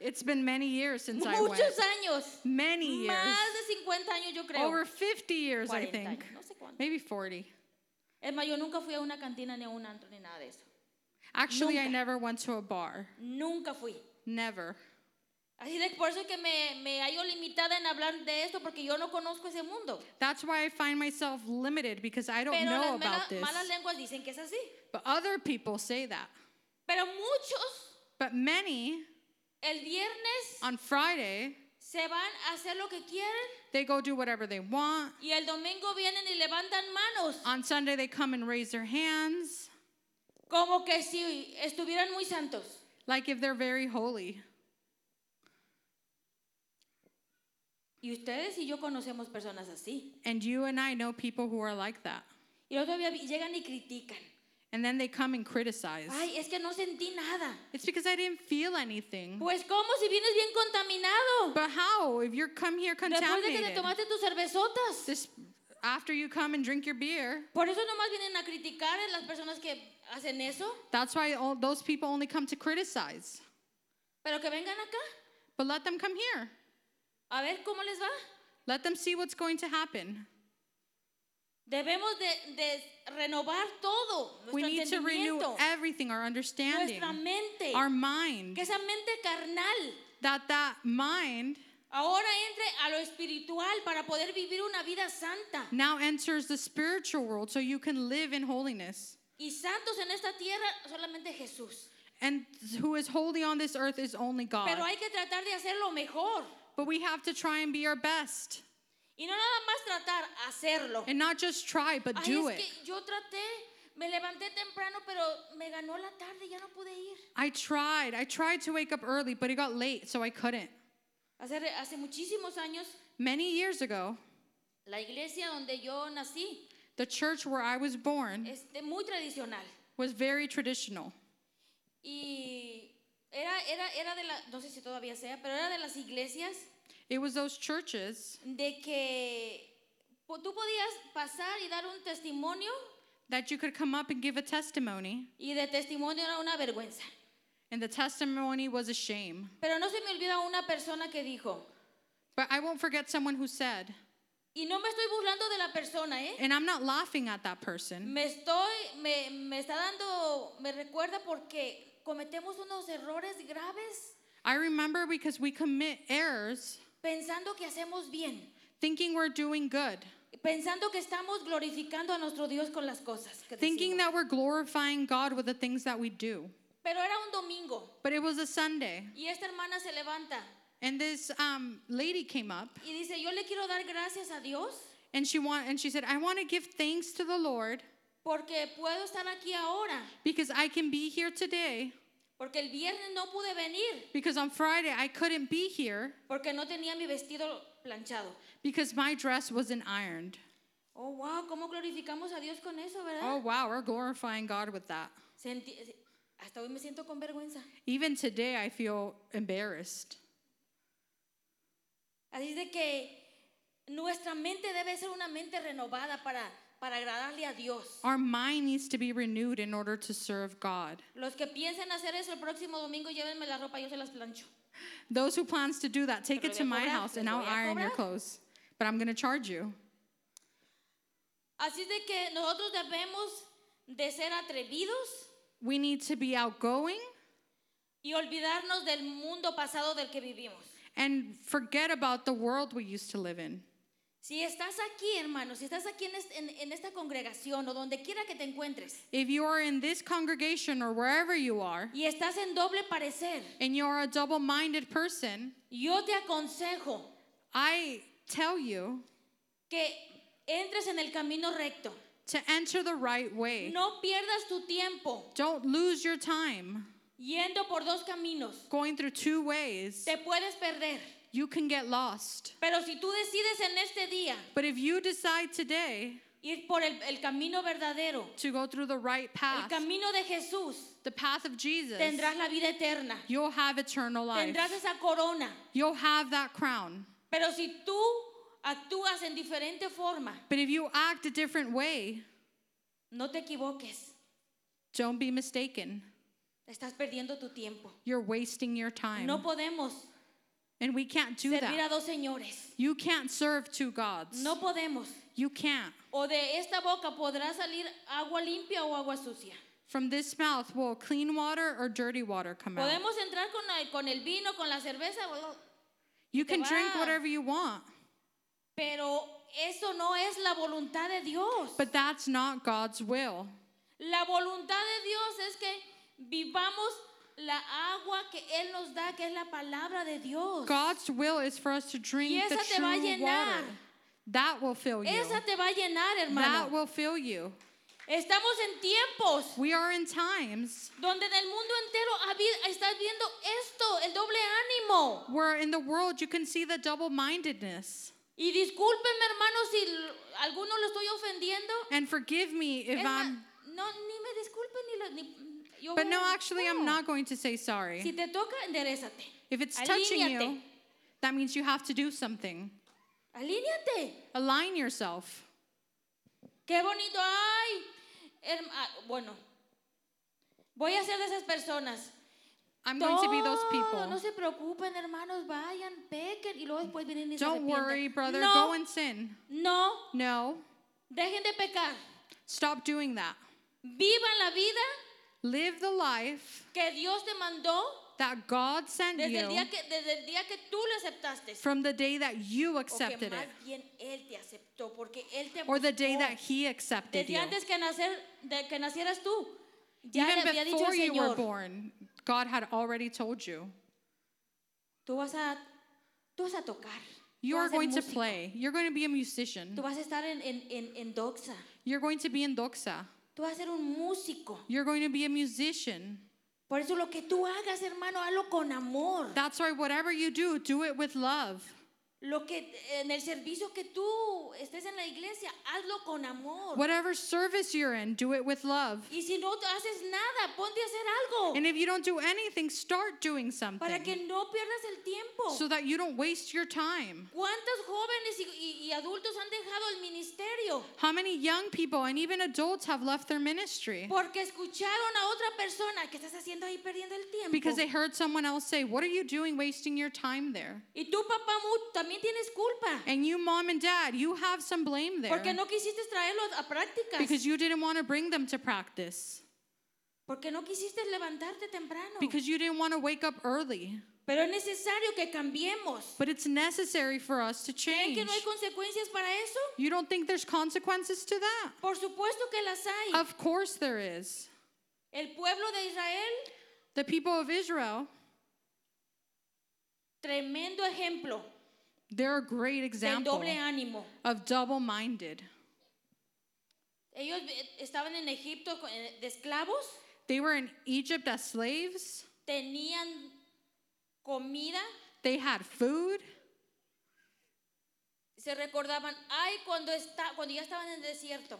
[SPEAKER 2] It's been many years since I went.
[SPEAKER 1] Muchos años.
[SPEAKER 2] Many years.
[SPEAKER 1] Más de 50 años, yo creo.
[SPEAKER 2] Over 50 years, I
[SPEAKER 1] 40
[SPEAKER 2] think.
[SPEAKER 1] años, no sé cuánto.
[SPEAKER 2] Maybe 40.
[SPEAKER 1] Es más, yo nunca fui a una cantina ni a un antro ni nada de eso.
[SPEAKER 2] Actually, I
[SPEAKER 1] Nunca.
[SPEAKER 2] never went to a bar.
[SPEAKER 1] Nunca fui.
[SPEAKER 2] Never.
[SPEAKER 1] Así de por eso que me, me hallo limitada en hablar de esto porque yo no conozco ese mundo.
[SPEAKER 2] That's why I find myself limited because I don't
[SPEAKER 1] Pero
[SPEAKER 2] know
[SPEAKER 1] las mela-
[SPEAKER 2] about this.
[SPEAKER 1] malas lenguas dicen que es así.
[SPEAKER 2] But other people say that.
[SPEAKER 1] Pero muchos
[SPEAKER 2] But many
[SPEAKER 1] el viernes
[SPEAKER 2] on Friday,
[SPEAKER 1] se van a hacer lo que quieren
[SPEAKER 2] They go do whatever they want.
[SPEAKER 1] y el domingo vienen y levantan manos
[SPEAKER 2] On Sunday, they come and raise their hands
[SPEAKER 1] como que si estuvieran muy santos.
[SPEAKER 2] like if they're very holy.
[SPEAKER 1] Y ustedes y yo conocemos personas así.
[SPEAKER 2] And you and I know people who are like that.
[SPEAKER 1] Y luego todavía vi- llegan y critican.
[SPEAKER 2] And then they come and criticize.
[SPEAKER 1] Ay, es que no sentí nada.
[SPEAKER 2] It's because I didn't feel anything.
[SPEAKER 1] Pues cómo si vienes bien contaminado.
[SPEAKER 2] But how? If you're come here
[SPEAKER 1] Después de que te
[SPEAKER 2] contaminated,
[SPEAKER 1] tomaste tus cervezotas.
[SPEAKER 2] this, after you come and drink your beer,
[SPEAKER 1] Por eso nomás vienen a criticar a las personas que hacen eso.
[SPEAKER 2] that's why all, those people only come to criticize.
[SPEAKER 1] Pero que vengan acá
[SPEAKER 2] But let them come here.
[SPEAKER 1] a ver cómo les va.
[SPEAKER 2] Let them see what's going to happen.
[SPEAKER 1] Debemos de, de renovar todo. Nuestro
[SPEAKER 2] We need to renew
[SPEAKER 1] entendimiento,
[SPEAKER 2] everything, our understanding,
[SPEAKER 1] nuestra mente.
[SPEAKER 2] our mind,
[SPEAKER 1] Que esa mente carnal
[SPEAKER 2] that that mind
[SPEAKER 1] ahora entre a lo espiritual para poder vivir una vida santa.
[SPEAKER 2] now enters the spiritual world so you can live in holiness.
[SPEAKER 1] Y santos en esta tierra solamente Jesús.
[SPEAKER 2] And who is holy on this earth is only God.
[SPEAKER 1] Pero hay que tratar de hacerlo mejor.
[SPEAKER 2] But we have to try and be our best.
[SPEAKER 1] Y no nada más tratar, hacerlo.
[SPEAKER 2] And not just try, but
[SPEAKER 1] Ay,
[SPEAKER 2] do
[SPEAKER 1] es
[SPEAKER 2] it.
[SPEAKER 1] que yo traté, me levanté temprano, pero me ganó la tarde, ya no pude ir.
[SPEAKER 2] I tried. I tried to wake up early, but it got late, so I couldn't.
[SPEAKER 1] Hace, hace muchísimos años,
[SPEAKER 2] Many years ago,
[SPEAKER 1] la iglesia donde yo nací
[SPEAKER 2] the church where I was born
[SPEAKER 1] es de- muy tradicional.
[SPEAKER 2] was very traditional.
[SPEAKER 1] Y era, era, era de la, no sé si todavía sea, pero era de las iglesias
[SPEAKER 2] It was those churches
[SPEAKER 1] de que po- tú podías pasar y dar un testimonio
[SPEAKER 2] that you could come up and give a testimony,
[SPEAKER 1] y de testimonio era una vergüenza.
[SPEAKER 2] and the testimony was a shame.
[SPEAKER 1] Pero no se me olvida una persona que dijo,
[SPEAKER 2] But I won't forget someone who said,
[SPEAKER 1] y no me estoy burlando de la persona, ¿eh?
[SPEAKER 2] and I'm not laughing at that person.
[SPEAKER 1] Me estoy, me, me está dando, me recuerda porque cometemos unos errores graves
[SPEAKER 2] I remember because we commit errors
[SPEAKER 1] pensando que hacemos bien,
[SPEAKER 2] thinking we're doing good,
[SPEAKER 1] pensando que estamos glorificando a nuestro Dios con las cosas. que
[SPEAKER 2] thinking
[SPEAKER 1] decimos.
[SPEAKER 2] that we're glorifying God with the things that we do.
[SPEAKER 1] Pero era un domingo
[SPEAKER 2] But it was a Sunday,
[SPEAKER 1] y esta hermana se levanta
[SPEAKER 2] and this um, lady came up
[SPEAKER 1] y dice, yo le quiero dar gracias a Dios
[SPEAKER 2] and she want, and she said, "I want to give thanks to the Lord
[SPEAKER 1] porque puedo estar aquí ahora,
[SPEAKER 2] because I can be here today
[SPEAKER 1] porque el viernes no pude venir,
[SPEAKER 2] because on Friday I couldn't be here
[SPEAKER 1] porque no tenía mi vestido planchado.
[SPEAKER 2] because my dress wasn't ironed."
[SPEAKER 1] Oh, wow, ¿cómo glorificamos a Dios con eso, verdad?
[SPEAKER 2] Oh wow, we're glorifying God with that.
[SPEAKER 1] Sentí- eh, hasta hoy me siento con vergüenza.
[SPEAKER 2] Even today I feel embarrassed.
[SPEAKER 1] Así es de que nuestra mente debe ser una mente renovada para, para agradarle a Dios.
[SPEAKER 2] Our mind needs to be renewed in order to serve God.
[SPEAKER 1] Los que piensen hacer eso el próximo domingo, llévenme la ropa, yo se las plancho.
[SPEAKER 2] Those who plans to do that, take
[SPEAKER 1] Pero
[SPEAKER 2] it
[SPEAKER 1] le
[SPEAKER 2] to
[SPEAKER 1] voy a
[SPEAKER 2] my
[SPEAKER 1] cobrar,
[SPEAKER 2] house and
[SPEAKER 1] les
[SPEAKER 2] I'll
[SPEAKER 1] voy a
[SPEAKER 2] iron your
[SPEAKER 1] cobrar.
[SPEAKER 2] clothes, but I'm going to charge you.
[SPEAKER 1] Así es de que nosotros debemos de ser atrevidos
[SPEAKER 2] We need to be outgoing
[SPEAKER 1] y olvidarnos del mundo pasado del que vivimos.
[SPEAKER 2] and forget about the world we used to live in.
[SPEAKER 1] Si estás aquí, hermano, si estás aquí en, est- en- en esta congregación o donde quiera que te encuentres
[SPEAKER 2] If you are in this congregation or wherever you are,
[SPEAKER 1] y estás en doble parecer,
[SPEAKER 2] and you're a double minded person,
[SPEAKER 1] yo te aconsejo
[SPEAKER 2] I tell you
[SPEAKER 1] que entres en el camino recto.
[SPEAKER 2] to enter the right way.
[SPEAKER 1] No pierdas tu tiempo
[SPEAKER 2] Don't lose your time
[SPEAKER 1] yendo por dos caminos.
[SPEAKER 2] going through two ways.
[SPEAKER 1] Te puedes perder.
[SPEAKER 2] You can get lost.
[SPEAKER 1] Pero si tú decides en este día
[SPEAKER 2] But if you decide today
[SPEAKER 1] ir por el, el camino verdadero,
[SPEAKER 2] to go through the right
[SPEAKER 1] el
[SPEAKER 2] path,
[SPEAKER 1] camino de Jesús,
[SPEAKER 2] the path of Jesus,
[SPEAKER 1] tendrás la vida eterna.
[SPEAKER 2] you'll have eternal life.
[SPEAKER 1] Tendrás esa corona.
[SPEAKER 2] You'll have that crown.
[SPEAKER 1] Pero si tú actúas en diferente forma,
[SPEAKER 2] But if you act a different way,
[SPEAKER 1] no te equivoques.
[SPEAKER 2] don't be mistaken.
[SPEAKER 1] Estás perdiendo tu tiempo.
[SPEAKER 2] You're wasting your time.
[SPEAKER 1] No podemos
[SPEAKER 2] and we can't do
[SPEAKER 1] servir a
[SPEAKER 2] that.
[SPEAKER 1] dos señores.
[SPEAKER 2] You can't serve two gods.
[SPEAKER 1] No podemos.
[SPEAKER 2] You can't.
[SPEAKER 1] O de esta boca podrá salir agua limpia o agua sucia.
[SPEAKER 2] From this mouth will clean water or dirty water come out.
[SPEAKER 1] Podemos entrar con el, con el vino, con la cerveza, o-
[SPEAKER 2] You
[SPEAKER 1] te
[SPEAKER 2] can drink
[SPEAKER 1] va.
[SPEAKER 2] whatever you want,
[SPEAKER 1] pero eso no es la voluntad de Dios.
[SPEAKER 2] but that's not God's will.
[SPEAKER 1] La voluntad de Dios es que vivamos la agua que Él nos da, que es la palabra de Dios.
[SPEAKER 2] God's will is for us to
[SPEAKER 1] Y
[SPEAKER 2] drink the
[SPEAKER 1] esa te va a
[SPEAKER 2] true
[SPEAKER 1] llenar.
[SPEAKER 2] water. That will fill you.
[SPEAKER 1] Esa te va a llenar,
[SPEAKER 2] That
[SPEAKER 1] hermano.
[SPEAKER 2] will fill you.
[SPEAKER 1] Estamos en tiempos
[SPEAKER 2] We are in times
[SPEAKER 1] donde en el mundo entero habi- estás viendo esto, el doble ánimo.
[SPEAKER 2] where in the world you can see the double mindedness.
[SPEAKER 1] Y discúlpenme, hermano, si l- alguno lo estoy ofendiendo.
[SPEAKER 2] And forgive me if
[SPEAKER 1] Es más,
[SPEAKER 2] I'm.
[SPEAKER 1] no, ni me disculpen ni lo- ni- yo
[SPEAKER 2] But
[SPEAKER 1] voy-
[SPEAKER 2] no, actually,
[SPEAKER 1] Oh, no.
[SPEAKER 2] I'm not going to say
[SPEAKER 1] Si
[SPEAKER 2] sorry.
[SPEAKER 1] te toca, enderezate.
[SPEAKER 2] If it's touching you,
[SPEAKER 1] Alíñate.
[SPEAKER 2] that means you have to do something.
[SPEAKER 1] Alíñate.
[SPEAKER 2] Align yourself.
[SPEAKER 1] Qué bonito. Ay, herm- ah, bueno, voy a ser de esas personas.
[SPEAKER 2] I'm going to be those
[SPEAKER 1] Todo, No
[SPEAKER 2] people.
[SPEAKER 1] se preocupen, hermanos, vayan, pequen y luego después vienen y se
[SPEAKER 2] Don't
[SPEAKER 1] arrepienten.
[SPEAKER 2] worry, brother.
[SPEAKER 1] No,
[SPEAKER 2] Go and sin.
[SPEAKER 1] no,
[SPEAKER 2] No,
[SPEAKER 1] dejen de pecar.
[SPEAKER 2] stop doing that.
[SPEAKER 1] Vivan la vida
[SPEAKER 2] Live the life
[SPEAKER 1] que Dios te mandó
[SPEAKER 2] that God sent
[SPEAKER 1] desde el
[SPEAKER 2] you
[SPEAKER 1] día que, desde el día que tú le aceptaste.
[SPEAKER 2] from the day that you
[SPEAKER 1] O que
[SPEAKER 2] accepted it
[SPEAKER 1] más bien Él te aceptó, porque Él te
[SPEAKER 2] or the day
[SPEAKER 1] buscó.
[SPEAKER 2] that He accepted
[SPEAKER 1] Oh, Desde
[SPEAKER 2] you.
[SPEAKER 1] antes que, nacer, de que nacieras tú, ya le había
[SPEAKER 2] Even
[SPEAKER 1] dicho
[SPEAKER 2] before
[SPEAKER 1] el
[SPEAKER 2] you were
[SPEAKER 1] Señor,
[SPEAKER 2] born, God had already told you.
[SPEAKER 1] tú vas a, tú vas a tocar,
[SPEAKER 2] You
[SPEAKER 1] tú vas a
[SPEAKER 2] are
[SPEAKER 1] ser
[SPEAKER 2] going to
[SPEAKER 1] músico,
[SPEAKER 2] play. You're going to be a musician.
[SPEAKER 1] tú vas a estar en, en, en, en doxa,
[SPEAKER 2] You're going to be in doxa.
[SPEAKER 1] tú vas a ser un músico.
[SPEAKER 2] You're going to be a musician.
[SPEAKER 1] Por eso lo que tú hagas, hermano, hazlo con amor.
[SPEAKER 2] That's why whatever you do, do it with love.
[SPEAKER 1] Lo que en el servicio que tú estés en la iglesia, hazlo con amor.
[SPEAKER 2] Whatever service you're in, do it with love.
[SPEAKER 1] y si no te haces nada, ponte a hacer algo
[SPEAKER 2] And if you don't do anything, start doing
[SPEAKER 1] para que
[SPEAKER 2] something
[SPEAKER 1] no pierdas el tiempo.
[SPEAKER 2] so that you don't waste your time.
[SPEAKER 1] ¿Cuántos jóvenes y- y- y adultos han dejado el ministerio?
[SPEAKER 2] How many young people and even adults have left their ministry
[SPEAKER 1] Porque escucharon a otra persona que estás haciendo ahí perdiendo el tiempo.
[SPEAKER 2] because they heard someone else say, What are you doing wasting your time there?
[SPEAKER 1] y tú, papá, mu- también tienes culpa.
[SPEAKER 2] And you, mom and dad, you have some blame there
[SPEAKER 1] Porque no quisiste traerlo a prácticas.
[SPEAKER 2] because you didn't want to bring them to practice,
[SPEAKER 1] porque no quisiste levantarte temprano.
[SPEAKER 2] because you didn't want to wake up early.
[SPEAKER 1] Pero es necesario que cambiemos.
[SPEAKER 2] But it's necessary for us to
[SPEAKER 1] ¿Creen que
[SPEAKER 2] change.
[SPEAKER 1] no hay consecuencias para eso?
[SPEAKER 2] You don't think there's consequences to that?
[SPEAKER 1] Por supuesto que las hay.
[SPEAKER 2] Of course there is.
[SPEAKER 1] El pueblo de Israel,
[SPEAKER 2] The people of Israel,
[SPEAKER 1] tremendo ejemplo
[SPEAKER 2] they're a great
[SPEAKER 1] del
[SPEAKER 2] example
[SPEAKER 1] doble ánimo.
[SPEAKER 2] of double minded.
[SPEAKER 1] Ellos eh, estaban en Egipto con- eh, de esclavos,
[SPEAKER 2] They were in Egypt as slaves,
[SPEAKER 1] tenían comida,
[SPEAKER 2] they had food.
[SPEAKER 1] se recordaban, ay, cuando, está, cuando ya estaban en el desierto,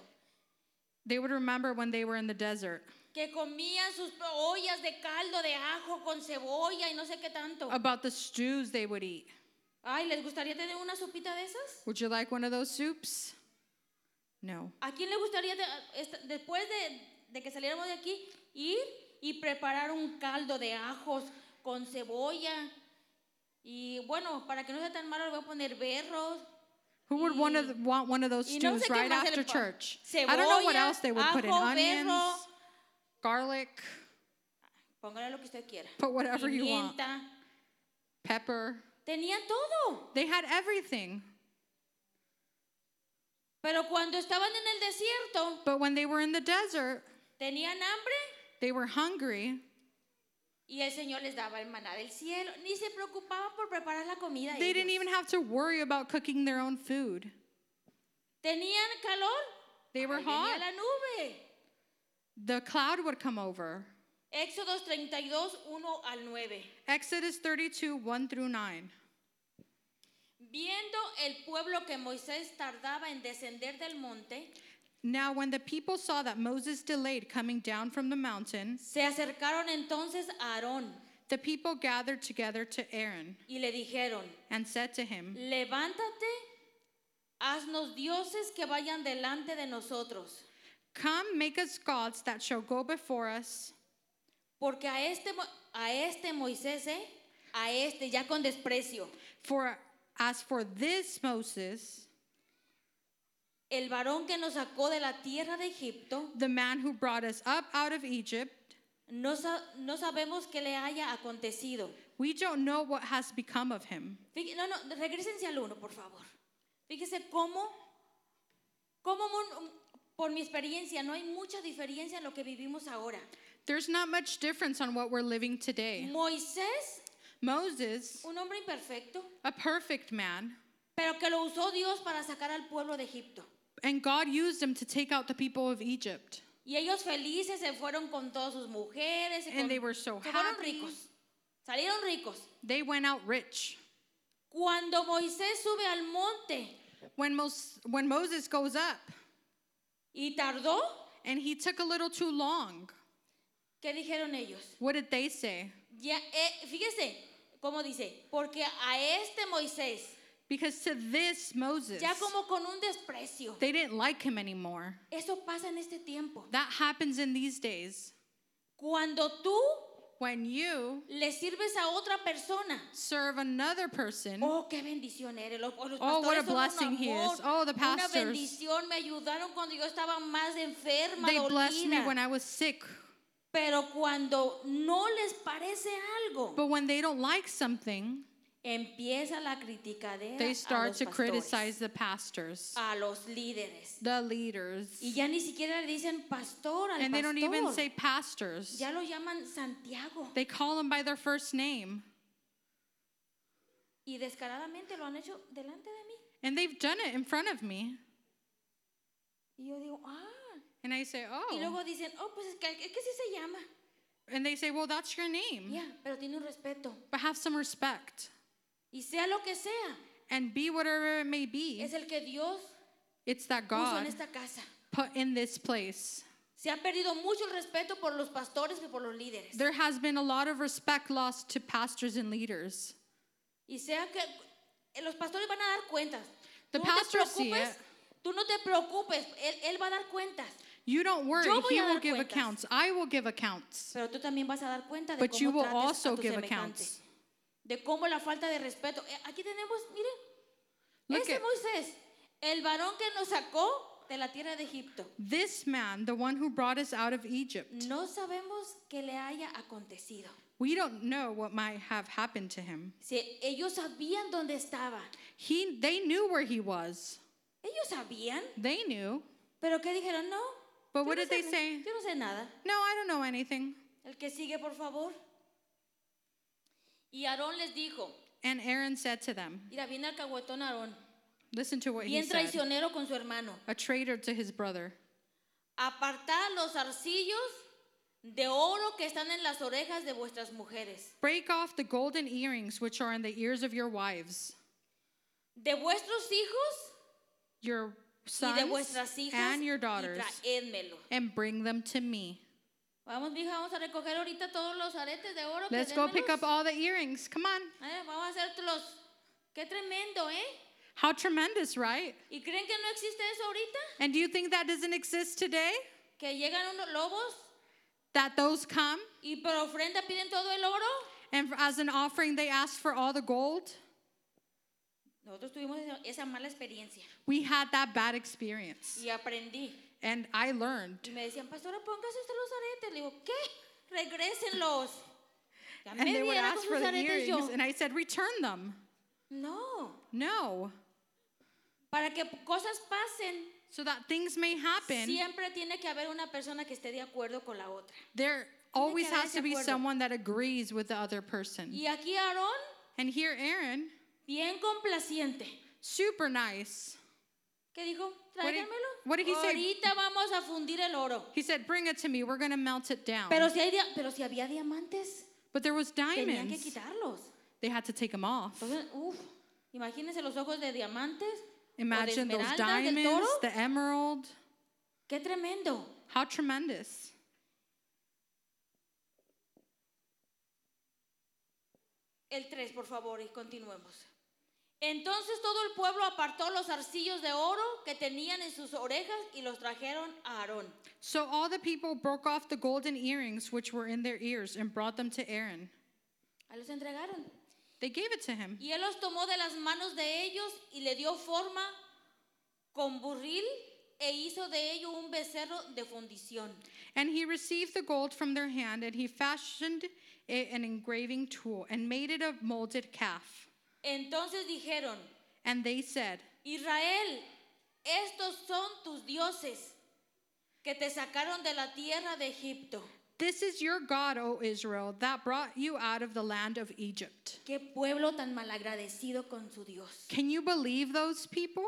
[SPEAKER 2] They would remember when they were in the desert
[SPEAKER 1] que comían sus ollas de caldo de ajo con cebolla y no sé qué tanto.
[SPEAKER 2] about the stews they would eat.
[SPEAKER 1] Ay, ¿les gustaría tener una sopita de esas?
[SPEAKER 2] Would you like one of those soups? No.
[SPEAKER 1] ¿A quién le gustaría, de- esta- después de, de que saliéramos de aquí, ir y preparar un caldo de ajos con cebolla? Y bueno, para que no sea tan malo, le voy a poner berros.
[SPEAKER 2] Who would one of the- want one of those
[SPEAKER 1] Y no
[SPEAKER 2] stews
[SPEAKER 1] sé qué
[SPEAKER 2] right
[SPEAKER 1] más se le
[SPEAKER 2] after
[SPEAKER 1] pon-
[SPEAKER 2] church?
[SPEAKER 1] Cebolla,
[SPEAKER 2] I don't know what else they would put in
[SPEAKER 1] ajo,
[SPEAKER 2] onions,
[SPEAKER 1] berro.
[SPEAKER 2] garlic,
[SPEAKER 1] Póngale lo que usted quiera.
[SPEAKER 2] put whatever you want,
[SPEAKER 1] Pimienta.
[SPEAKER 2] pepper.
[SPEAKER 1] Tenían todo.
[SPEAKER 2] They had everything.
[SPEAKER 1] Pero cuando estaban en el desierto,
[SPEAKER 2] But when they were in the desert,
[SPEAKER 1] tenían hambre
[SPEAKER 2] they were hungry.
[SPEAKER 1] y el Señor les daba el maná del cielo. Ni se preocupaban por preparar la comida.
[SPEAKER 2] They didn't
[SPEAKER 1] ellos.
[SPEAKER 2] even have to worry about cooking their own food.
[SPEAKER 1] Tenían calor.
[SPEAKER 2] They were
[SPEAKER 1] Ahí venía
[SPEAKER 2] hot.
[SPEAKER 1] la nube.
[SPEAKER 2] The cloud would come over.
[SPEAKER 1] Éxodos 32, 1 al 9.
[SPEAKER 2] Exodus 32, 1 through 9.
[SPEAKER 1] Viendo el pueblo que Moisés tardaba en descender del monte,
[SPEAKER 2] Now, when the people saw that Moses delayed coming down from the mountain,
[SPEAKER 1] se acercaron entonces a Aarón
[SPEAKER 2] the people gathered together to Aaron
[SPEAKER 1] y le dijeron,
[SPEAKER 2] and said to him,
[SPEAKER 1] Levántate, haznos dioses que vayan delante de nosotros,
[SPEAKER 2] Come, make us gods that shall go before us.
[SPEAKER 1] porque a este, Mo- a este Moisés, ¿eh? a este ya con desprecio,
[SPEAKER 2] For as for this Moses,
[SPEAKER 1] el varón que nos sacó de la tierra de Egipto,
[SPEAKER 2] the man who brought us up out of Egypt,
[SPEAKER 1] no, sa- no sabemos qué le haya acontecido.
[SPEAKER 2] we don't know what has become of him.
[SPEAKER 1] Fí- No, no, regresense al uno, por favor. Fíjese cómo, mm, cómo mon- por mi experiencia, no hay mucha diferencia en lo que vivimos ahora.
[SPEAKER 2] There's not much difference on what we're living today.
[SPEAKER 1] Moisés,
[SPEAKER 2] Moses,
[SPEAKER 1] un hombre imperfecto,
[SPEAKER 2] a perfect man,
[SPEAKER 1] pero que lo usó Dios para sacar al pueblo de Egipto.
[SPEAKER 2] and God used him to take out the people of Egypt.
[SPEAKER 1] Y ellos felices se fueron con todas sus mujeres, se,
[SPEAKER 2] And they
[SPEAKER 1] con-
[SPEAKER 2] were so
[SPEAKER 1] se fueron
[SPEAKER 2] happy.
[SPEAKER 1] ricos, salieron ricos.
[SPEAKER 2] They went out rich.
[SPEAKER 1] Cuando Moisés sube al monte
[SPEAKER 2] When, Mos- when Moses goes up
[SPEAKER 1] y tardó,
[SPEAKER 2] and he took a little too long,
[SPEAKER 1] ¿qué dijeron ellos?
[SPEAKER 2] what did they say?
[SPEAKER 1] Ya, eh, fíjese cómo dice, porque a este Moisés,
[SPEAKER 2] Because to this Moses,
[SPEAKER 1] ya como con un desprecio,
[SPEAKER 2] they didn't like him anymore.
[SPEAKER 1] eso pasa en este tiempo.
[SPEAKER 2] That happens in these days.
[SPEAKER 1] Cuando tú
[SPEAKER 2] When you
[SPEAKER 1] le sirves a otra persona,
[SPEAKER 2] serve another person,
[SPEAKER 1] oh, qué bendición eres. Los, los
[SPEAKER 2] Mm. Oh, what a
[SPEAKER 1] pastores son un
[SPEAKER 2] blessing he
[SPEAKER 1] amor,
[SPEAKER 2] is. Oh, the
[SPEAKER 1] Una
[SPEAKER 2] pastors.
[SPEAKER 1] bendición, me ayudaron cuando yo estaba más enferma,
[SPEAKER 2] they blessed me
[SPEAKER 1] dolida.
[SPEAKER 2] when I was sick.
[SPEAKER 1] Pero cuando no les parece algo,
[SPEAKER 2] But when they don't like something,
[SPEAKER 1] empieza la criticadera
[SPEAKER 2] they
[SPEAKER 1] a
[SPEAKER 2] start
[SPEAKER 1] los
[SPEAKER 2] to
[SPEAKER 1] pastores,
[SPEAKER 2] criticize the pastors,
[SPEAKER 1] a los líderes.
[SPEAKER 2] the leaders.
[SPEAKER 1] Y ya ni siquiera le dicen pastor al
[SPEAKER 2] And they don't even
[SPEAKER 1] pastor.
[SPEAKER 2] say pastors.
[SPEAKER 1] Ya lo llaman Santiago.
[SPEAKER 2] They call him by their first name.
[SPEAKER 1] Y descaradamente lo han hecho delante de mí.
[SPEAKER 2] And they've done it in front of me.
[SPEAKER 1] Y yo digo, ah.
[SPEAKER 2] And I say,
[SPEAKER 1] Y
[SPEAKER 2] oh.
[SPEAKER 1] luego dicen, oh, pues es que, es que sí se llama.
[SPEAKER 2] And they say, well, that's your
[SPEAKER 1] Ya,
[SPEAKER 2] name.
[SPEAKER 1] pero tiene un respeto.
[SPEAKER 2] But have some respect
[SPEAKER 1] Y sea lo que sea,
[SPEAKER 2] and be whatever it may be.
[SPEAKER 1] es el que Dios
[SPEAKER 2] It's that
[SPEAKER 1] puso en
[SPEAKER 2] God
[SPEAKER 1] esta casa.
[SPEAKER 2] put in this place.
[SPEAKER 1] Se ha perdido mucho el respeto por los pastores y por los líderes.
[SPEAKER 2] There has been a lot of respect lost to pastors and leaders.
[SPEAKER 1] Y sea que eh, los pastores van a dar cuentas.
[SPEAKER 2] The
[SPEAKER 1] tú,
[SPEAKER 2] pastors
[SPEAKER 1] no te
[SPEAKER 2] see
[SPEAKER 1] preocupes,
[SPEAKER 2] it.
[SPEAKER 1] tú no te preocupes, él, él va a dar cuentas.
[SPEAKER 2] You don't worry.
[SPEAKER 1] Yo voy
[SPEAKER 2] He
[SPEAKER 1] a
[SPEAKER 2] will
[SPEAKER 1] dar
[SPEAKER 2] give
[SPEAKER 1] cuentas.
[SPEAKER 2] accounts. I will give accounts.
[SPEAKER 1] Pero tú también vas a dar cuenta de
[SPEAKER 2] But you
[SPEAKER 1] cómo
[SPEAKER 2] will
[SPEAKER 1] trates a
[SPEAKER 2] also
[SPEAKER 1] tu
[SPEAKER 2] give
[SPEAKER 1] semejante,
[SPEAKER 2] accounts.
[SPEAKER 1] De cómo la falta de respeto. Eh, Aquí tenemos, mire,
[SPEAKER 2] Look
[SPEAKER 1] ese
[SPEAKER 2] at-
[SPEAKER 1] Moisés, el varón que nos sacó de la tierra de Egipto.
[SPEAKER 2] This man, the one who brought us out of Egypt,
[SPEAKER 1] No sabemos qué le haya acontecido.
[SPEAKER 2] we don't know what might have happened to him.
[SPEAKER 1] Si ellos sabían dónde estaba.
[SPEAKER 2] He, they knew where he was.
[SPEAKER 1] Ellos sabían,
[SPEAKER 2] They knew.
[SPEAKER 1] pero ¿qué dijeron? No.
[SPEAKER 2] But
[SPEAKER 1] yo
[SPEAKER 2] what
[SPEAKER 1] no
[SPEAKER 2] did they
[SPEAKER 1] sé-
[SPEAKER 2] say?
[SPEAKER 1] Yo no sé nada.
[SPEAKER 2] No, I don't know anything.
[SPEAKER 1] El que sigue, por favor. Y Aarón les dijo,
[SPEAKER 2] And Aaron said to them,
[SPEAKER 1] mira, viene el cagüetón Aarón,
[SPEAKER 2] Listen to what he
[SPEAKER 1] bien
[SPEAKER 2] said.
[SPEAKER 1] traicionero con su hermano.
[SPEAKER 2] A traitor to his brother.
[SPEAKER 1] Apartad los arcillos de oro que están en las orejas de vuestras mujeres,
[SPEAKER 2] Break off the golden earrings which are in the ears of your wives,
[SPEAKER 1] de vuestros hijos
[SPEAKER 2] your
[SPEAKER 1] y de
[SPEAKER 2] sons,
[SPEAKER 1] vuestras hijas,
[SPEAKER 2] and your
[SPEAKER 1] y
[SPEAKER 2] daughters,
[SPEAKER 1] traédmelo.
[SPEAKER 2] and bring them to me.
[SPEAKER 1] Vamos, mija, vamos a recoger ahorita todos los aretes de oro. que
[SPEAKER 2] Let's go pick
[SPEAKER 1] démelos.
[SPEAKER 2] up all the earrings. Come on.
[SPEAKER 1] Ay, vamos a hacértelos. Qué tremendo, ¿eh?
[SPEAKER 2] How tremendous, right?
[SPEAKER 1] ¿Y creen que no existe eso ahorita?
[SPEAKER 2] And do you think that doesn't exist today?
[SPEAKER 1] Que llegan unos lobos
[SPEAKER 2] That those come
[SPEAKER 1] y por ofrenda piden todo el oro.
[SPEAKER 2] and as an offering they ask for all the gold?
[SPEAKER 1] Nosotros tuvimos esa- esa mala experiencia
[SPEAKER 2] We had that bad experience.
[SPEAKER 1] y aprendí.
[SPEAKER 2] And I learned.
[SPEAKER 1] Y me decían, pastora, póngase usted los aretes. Le digo, ¿qué? Regrésenlos. Ya
[SPEAKER 2] And they
[SPEAKER 1] me
[SPEAKER 2] would
[SPEAKER 1] diera con
[SPEAKER 2] ask for
[SPEAKER 1] sus
[SPEAKER 2] the
[SPEAKER 1] aretes yo.
[SPEAKER 2] earrings. And I said, return them.
[SPEAKER 1] No,
[SPEAKER 2] No.
[SPEAKER 1] para que cosas pasen,
[SPEAKER 2] So that things may happen,
[SPEAKER 1] siempre tiene que haber una persona que esté de acuerdo con la otra.
[SPEAKER 2] there always
[SPEAKER 1] haber
[SPEAKER 2] has
[SPEAKER 1] ese
[SPEAKER 2] to be
[SPEAKER 1] acuerdo.
[SPEAKER 2] someone that agrees with the other person.
[SPEAKER 1] Y aquí Aarón,
[SPEAKER 2] And here, Aaron,
[SPEAKER 1] bien complaciente,
[SPEAKER 2] super nice.
[SPEAKER 1] que dijo,
[SPEAKER 2] What did-
[SPEAKER 1] tráigamelo.
[SPEAKER 2] what did he say?
[SPEAKER 1] Ahorita vamos a fundir el oro.
[SPEAKER 2] He said, bring it to me. We're going to melt it down.
[SPEAKER 1] Pero si, hay dia- pero si había diamantes,
[SPEAKER 2] But there was
[SPEAKER 1] tenían que
[SPEAKER 2] diamonds.
[SPEAKER 1] quitarlos.
[SPEAKER 2] They had to take them off.
[SPEAKER 1] Entonces, uff, imagínense los ojos de diamantes. o de
[SPEAKER 2] Imagine those
[SPEAKER 1] esmeraldas del
[SPEAKER 2] diamonds,
[SPEAKER 1] toro.
[SPEAKER 2] the emerald.
[SPEAKER 1] Qué tremendo.
[SPEAKER 2] How tremendous.
[SPEAKER 1] El 3, por favor, y continuemos. Entonces todo el pueblo apartó los arcillos de oro que tenían en sus orejas y los trajeron a Aarón.
[SPEAKER 2] So all the people broke off the golden earrings which were in their ears and brought them to Aaron.
[SPEAKER 1] A los entregaron.
[SPEAKER 2] They gave it to him.
[SPEAKER 1] Y él los tomó de las manos de ellos y le dio forma con burril e hizo de ello un becerro de fundición.
[SPEAKER 2] And he received the gold from their hand, and he fashioned it an engraving tool and made it a molded calf.
[SPEAKER 1] Entonces dijeron,
[SPEAKER 2] And they said,
[SPEAKER 1] Israel, estos son tus dioses que te sacaron de la tierra de Egipto.
[SPEAKER 2] This is your God, O Israel, that brought you out of the land of Egypt.
[SPEAKER 1] Qué pueblo tan malagradecido con su Dios.
[SPEAKER 2] Can you believe those people?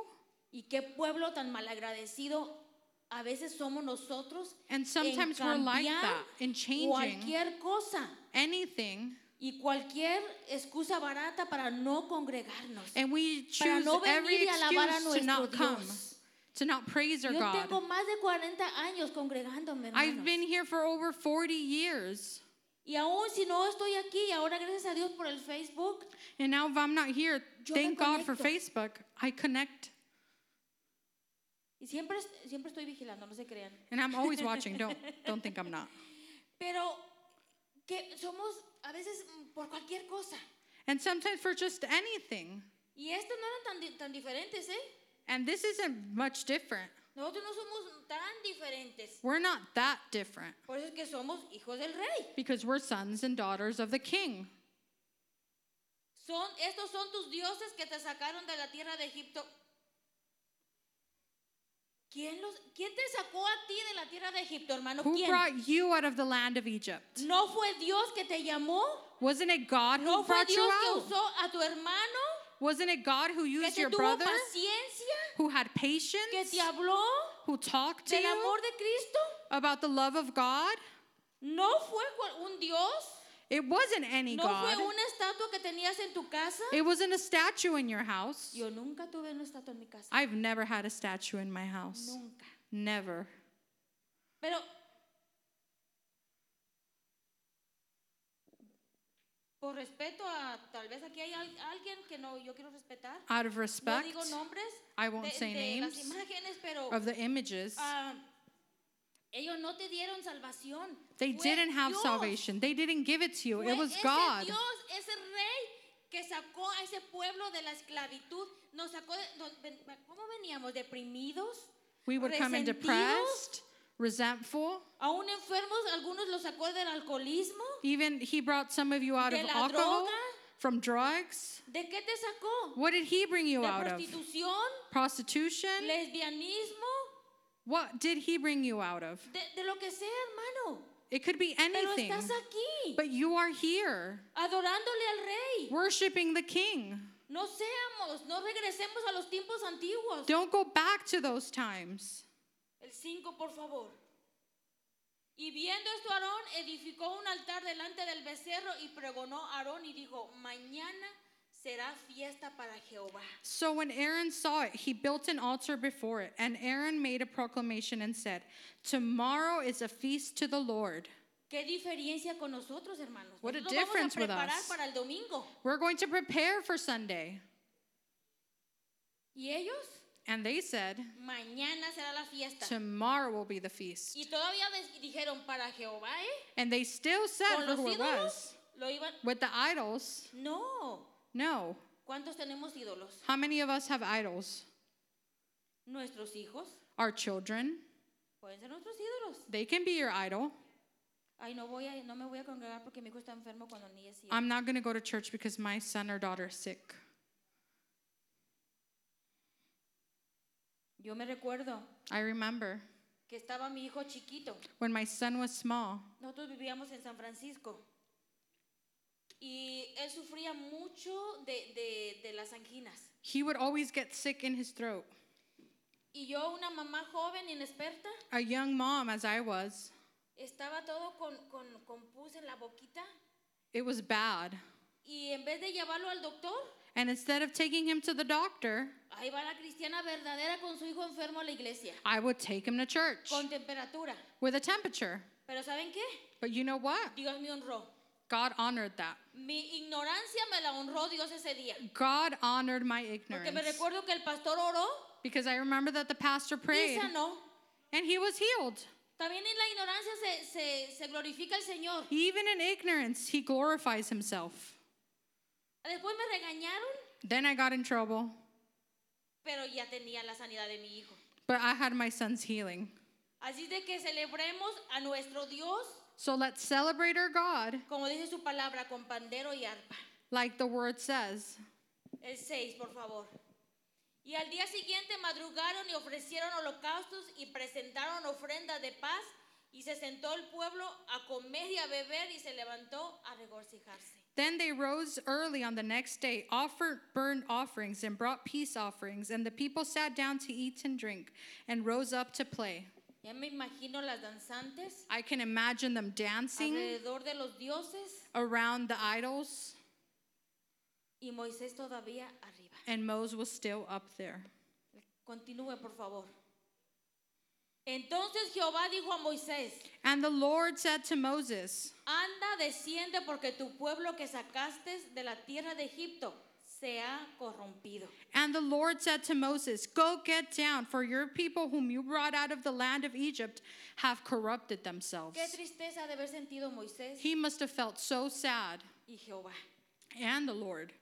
[SPEAKER 1] Y qué pueblo tan malagradecido a veces somos nosotros
[SPEAKER 2] And sometimes
[SPEAKER 1] en
[SPEAKER 2] we're like
[SPEAKER 1] cambiar
[SPEAKER 2] that, in changing.
[SPEAKER 1] cualquier cosa
[SPEAKER 2] Anything,
[SPEAKER 1] y cualquier excusa barata para no congregarnos.
[SPEAKER 2] and we
[SPEAKER 1] para
[SPEAKER 2] choose
[SPEAKER 1] no venir
[SPEAKER 2] every
[SPEAKER 1] y alabar a
[SPEAKER 2] excuse to
[SPEAKER 1] nuestro
[SPEAKER 2] not come,
[SPEAKER 1] Dios.
[SPEAKER 2] to not praise our
[SPEAKER 1] Yo
[SPEAKER 2] God.
[SPEAKER 1] tengo más de 40 años congregándome, hermanos.
[SPEAKER 2] I've been here for over 40 years,
[SPEAKER 1] y aún si no estoy aquí, y ahora gracias a Dios por el Facebook,
[SPEAKER 2] and now if I'm not here,
[SPEAKER 1] Yo me
[SPEAKER 2] thank God for
[SPEAKER 1] conecto.
[SPEAKER 2] Facebook. I connect,
[SPEAKER 1] y siempre, siempre estoy vigilando, no se crean.
[SPEAKER 2] and I'm always
[SPEAKER 1] *laughs*
[SPEAKER 2] watching. don't don't think I'm not.
[SPEAKER 1] Pero que somos a veces mm, por cualquier cosa.
[SPEAKER 2] And sometimes for just anything,
[SPEAKER 1] Y estos no eran tan, di- tan diferentes, ¿eh?
[SPEAKER 2] and this isn't much different.
[SPEAKER 1] Nosotros no somos tan diferentes.
[SPEAKER 2] We're not that different
[SPEAKER 1] Por eso es que somos hijos del rey.
[SPEAKER 2] because we're sons and daughters of the King.
[SPEAKER 1] Son, estos son tus dioses que te sacaron de la tierra de Egipto. ¿Quién, los, ¿Quién te sacó a ti de la tierra de Egipto, hermano?
[SPEAKER 2] Who
[SPEAKER 1] ¿Quién?
[SPEAKER 2] brought you out of the land of Egypt?
[SPEAKER 1] ¿No fue Dios que te llamó?
[SPEAKER 2] Wasn't it God who
[SPEAKER 1] ¿No fue
[SPEAKER 2] brought
[SPEAKER 1] Dios
[SPEAKER 2] you
[SPEAKER 1] que
[SPEAKER 2] out?
[SPEAKER 1] usó a tu hermano?
[SPEAKER 2] Wasn't it God who
[SPEAKER 1] ¿Que
[SPEAKER 2] used
[SPEAKER 1] te
[SPEAKER 2] your
[SPEAKER 1] tuvo
[SPEAKER 2] brother,
[SPEAKER 1] paciencia?
[SPEAKER 2] who had
[SPEAKER 1] ¿Que
[SPEAKER 2] patience,
[SPEAKER 1] te habló
[SPEAKER 2] who talked to
[SPEAKER 1] del
[SPEAKER 2] you
[SPEAKER 1] amor de Cristo?
[SPEAKER 2] about the love of God?
[SPEAKER 1] ¿No fue cual- un Dios?
[SPEAKER 2] It wasn't any
[SPEAKER 1] ¿No
[SPEAKER 2] God.
[SPEAKER 1] fue una estatua que tenías en tu casa?
[SPEAKER 2] It wasn't a statue in your house.
[SPEAKER 1] Yo nunca tuve una estatua en mi casa.
[SPEAKER 2] I've never had a statue in my house.
[SPEAKER 1] Nunca.
[SPEAKER 2] Never.
[SPEAKER 1] Pero por respeto a tal vez aquí hay al- alguien que no yo quiero respetar.
[SPEAKER 2] Out of
[SPEAKER 1] No
[SPEAKER 2] respect
[SPEAKER 1] digo nombres
[SPEAKER 2] I
[SPEAKER 1] de,
[SPEAKER 2] won't say
[SPEAKER 1] de las
[SPEAKER 2] names.
[SPEAKER 1] imágenes, pero
[SPEAKER 2] of the images,
[SPEAKER 1] ah, ellos no te dieron salvación.
[SPEAKER 2] they
[SPEAKER 1] Fue
[SPEAKER 2] didn't have
[SPEAKER 1] Dios,
[SPEAKER 2] salvation. They didn't give it to you.
[SPEAKER 1] fue
[SPEAKER 2] It was
[SPEAKER 1] ese
[SPEAKER 2] God.
[SPEAKER 1] Dios, ese rey que sacó a ese pueblo de la esclavitud, nos sacó de, nos- ven- ¿cómo veníamos? Deprimidos,
[SPEAKER 2] We would come in
[SPEAKER 1] resentidos.
[SPEAKER 2] depressed, resentful.
[SPEAKER 1] aún enfermos, algunos los sacó del alcoholismo.
[SPEAKER 2] Even he brought some of you out
[SPEAKER 1] De
[SPEAKER 2] of
[SPEAKER 1] la
[SPEAKER 2] alcohol,
[SPEAKER 1] droga.
[SPEAKER 2] from drugs.
[SPEAKER 1] ¿De qué te sacó?
[SPEAKER 2] What did he bring you
[SPEAKER 1] ¿De
[SPEAKER 2] out of?
[SPEAKER 1] prostitución?
[SPEAKER 2] Prostitution?
[SPEAKER 1] lesbianismo,
[SPEAKER 2] What did he bring you out of?
[SPEAKER 1] de, de lo que sea, hermano.
[SPEAKER 2] It could be
[SPEAKER 1] Pero
[SPEAKER 2] anything.
[SPEAKER 1] estás aquí,
[SPEAKER 2] But you are here,
[SPEAKER 1] adorándole al rey.
[SPEAKER 2] worshiping the King.
[SPEAKER 1] No seamos, no regresemos a los tiempos antiguos.
[SPEAKER 2] Don't go back to those times.
[SPEAKER 1] El 5, por favor. Y viendo esto, Aarón edificó un altar delante del becerro y pregonó a Aarón y dijo, mañana será fiesta para Jehová.
[SPEAKER 2] So when Aaron saw it, he built an altar before it. And Aaron made a proclamation and said, Tomorrow is a feast to the Lord.
[SPEAKER 1] Qué diferencia con nosotros, hermanos.
[SPEAKER 2] What a
[SPEAKER 1] Nosotros vamos a
[SPEAKER 2] difference with
[SPEAKER 1] preparar
[SPEAKER 2] us.
[SPEAKER 1] para el domingo.
[SPEAKER 2] We're going to prepare for Sunday.
[SPEAKER 1] Y ellos,
[SPEAKER 2] And they said,
[SPEAKER 1] mañana será la fiesta.
[SPEAKER 2] Tomorrow will be the feast.
[SPEAKER 1] Y todavía des- dijeron para Jehová, ¿eh?
[SPEAKER 2] And they still said
[SPEAKER 1] Con
[SPEAKER 2] for
[SPEAKER 1] los
[SPEAKER 2] who it
[SPEAKER 1] ídolos
[SPEAKER 2] was.
[SPEAKER 1] lo iban.
[SPEAKER 2] With the idols,
[SPEAKER 1] No.
[SPEAKER 2] no.
[SPEAKER 1] ¿Cuántos tenemos ídolos?
[SPEAKER 2] How many of us have idols?
[SPEAKER 1] Nuestros hijos
[SPEAKER 2] Our children,
[SPEAKER 1] pueden ser nuestros ídolos.
[SPEAKER 2] they can be your idol.
[SPEAKER 1] Ay, no voy a, no me voy a congregar porque mi hijo está enfermo cuando ni es cierto.
[SPEAKER 2] I'm not going to go to church because my son or daughter is sick.
[SPEAKER 1] Yo me recuerdo
[SPEAKER 2] I remember
[SPEAKER 1] que estaba mi hijo chiquito.
[SPEAKER 2] when my son was small,
[SPEAKER 1] Nosotros vivíamos en San Francisco. Y él sufría mucho de, de- de las anginas.
[SPEAKER 2] he would always get sick in his throat.
[SPEAKER 1] Y yo, una mamá joven, inexperta,
[SPEAKER 2] A young mom, as I was,
[SPEAKER 1] estaba todo con, con, con pus en la boquita.
[SPEAKER 2] it was bad.
[SPEAKER 1] Y en vez de llevarlo al doctor,
[SPEAKER 2] And instead of taking him to the doctor,
[SPEAKER 1] Ahí va la cristiana verdadera con su hijo enfermo a la iglesia,
[SPEAKER 2] I would take him to church
[SPEAKER 1] con temperatura.
[SPEAKER 2] with a temperature.
[SPEAKER 1] Pero ¿saben qué?
[SPEAKER 2] But you know what?
[SPEAKER 1] Dios me honró.
[SPEAKER 2] God honored that.
[SPEAKER 1] Mi ignorancia me la honró Dios ese día.
[SPEAKER 2] God honored my
[SPEAKER 1] Porque me
[SPEAKER 2] ignorance.
[SPEAKER 1] recuerdo que el pastor oró
[SPEAKER 2] Because I remember that the pastor
[SPEAKER 1] y
[SPEAKER 2] prayed
[SPEAKER 1] sanó.
[SPEAKER 2] and he was healed.
[SPEAKER 1] También en la ignorancia se, se- se glorifica el Señor.
[SPEAKER 2] Even in ignorance, he glorifies himself.
[SPEAKER 1] Después me regañaron,
[SPEAKER 2] Then I got in trouble,
[SPEAKER 1] pero ya tenía la sanidad de mi hijo.
[SPEAKER 2] but I had my son's healing.
[SPEAKER 1] Así de que celebremos a nuestro Dios,
[SPEAKER 2] So let's celebrate our God
[SPEAKER 1] como dice su palabra, con pandero y arpa.
[SPEAKER 2] like the word says.
[SPEAKER 1] El 6, por favor. Y al día siguiente madrugaron y ofrecieron holocaustos y presentaron ofrenda de paz. Y se sentó el pueblo a comer y a beber y se levantó a regocijarse.
[SPEAKER 2] Then they rose early on the next day, offered burnt offerings, and brought peace offerings. And the people sat down to eat and drink, and rose up to play.
[SPEAKER 1] Ya me imagino las danzantes
[SPEAKER 2] I can imagine them dancing
[SPEAKER 1] alrededor de los dioses
[SPEAKER 2] around the idols,
[SPEAKER 1] y Moisés todavía arriba.
[SPEAKER 2] and Moses was still up there.
[SPEAKER 1] Continúe, por favor. Entonces Jehová dijo a Moisés,
[SPEAKER 2] And the Lord said to Moses,
[SPEAKER 1] anda, desciende, porque tu pueblo que sacaste de la tierra de Egipto se ha corrompido.
[SPEAKER 2] And the Lord said to Moses, Go get down, for your people whom you brought out of the land of Egypt have corrupted themselves.
[SPEAKER 1] Qué tristeza de haber sentido Moisés
[SPEAKER 2] He must have felt so sad,
[SPEAKER 1] y Jehová.
[SPEAKER 2] and the Lord.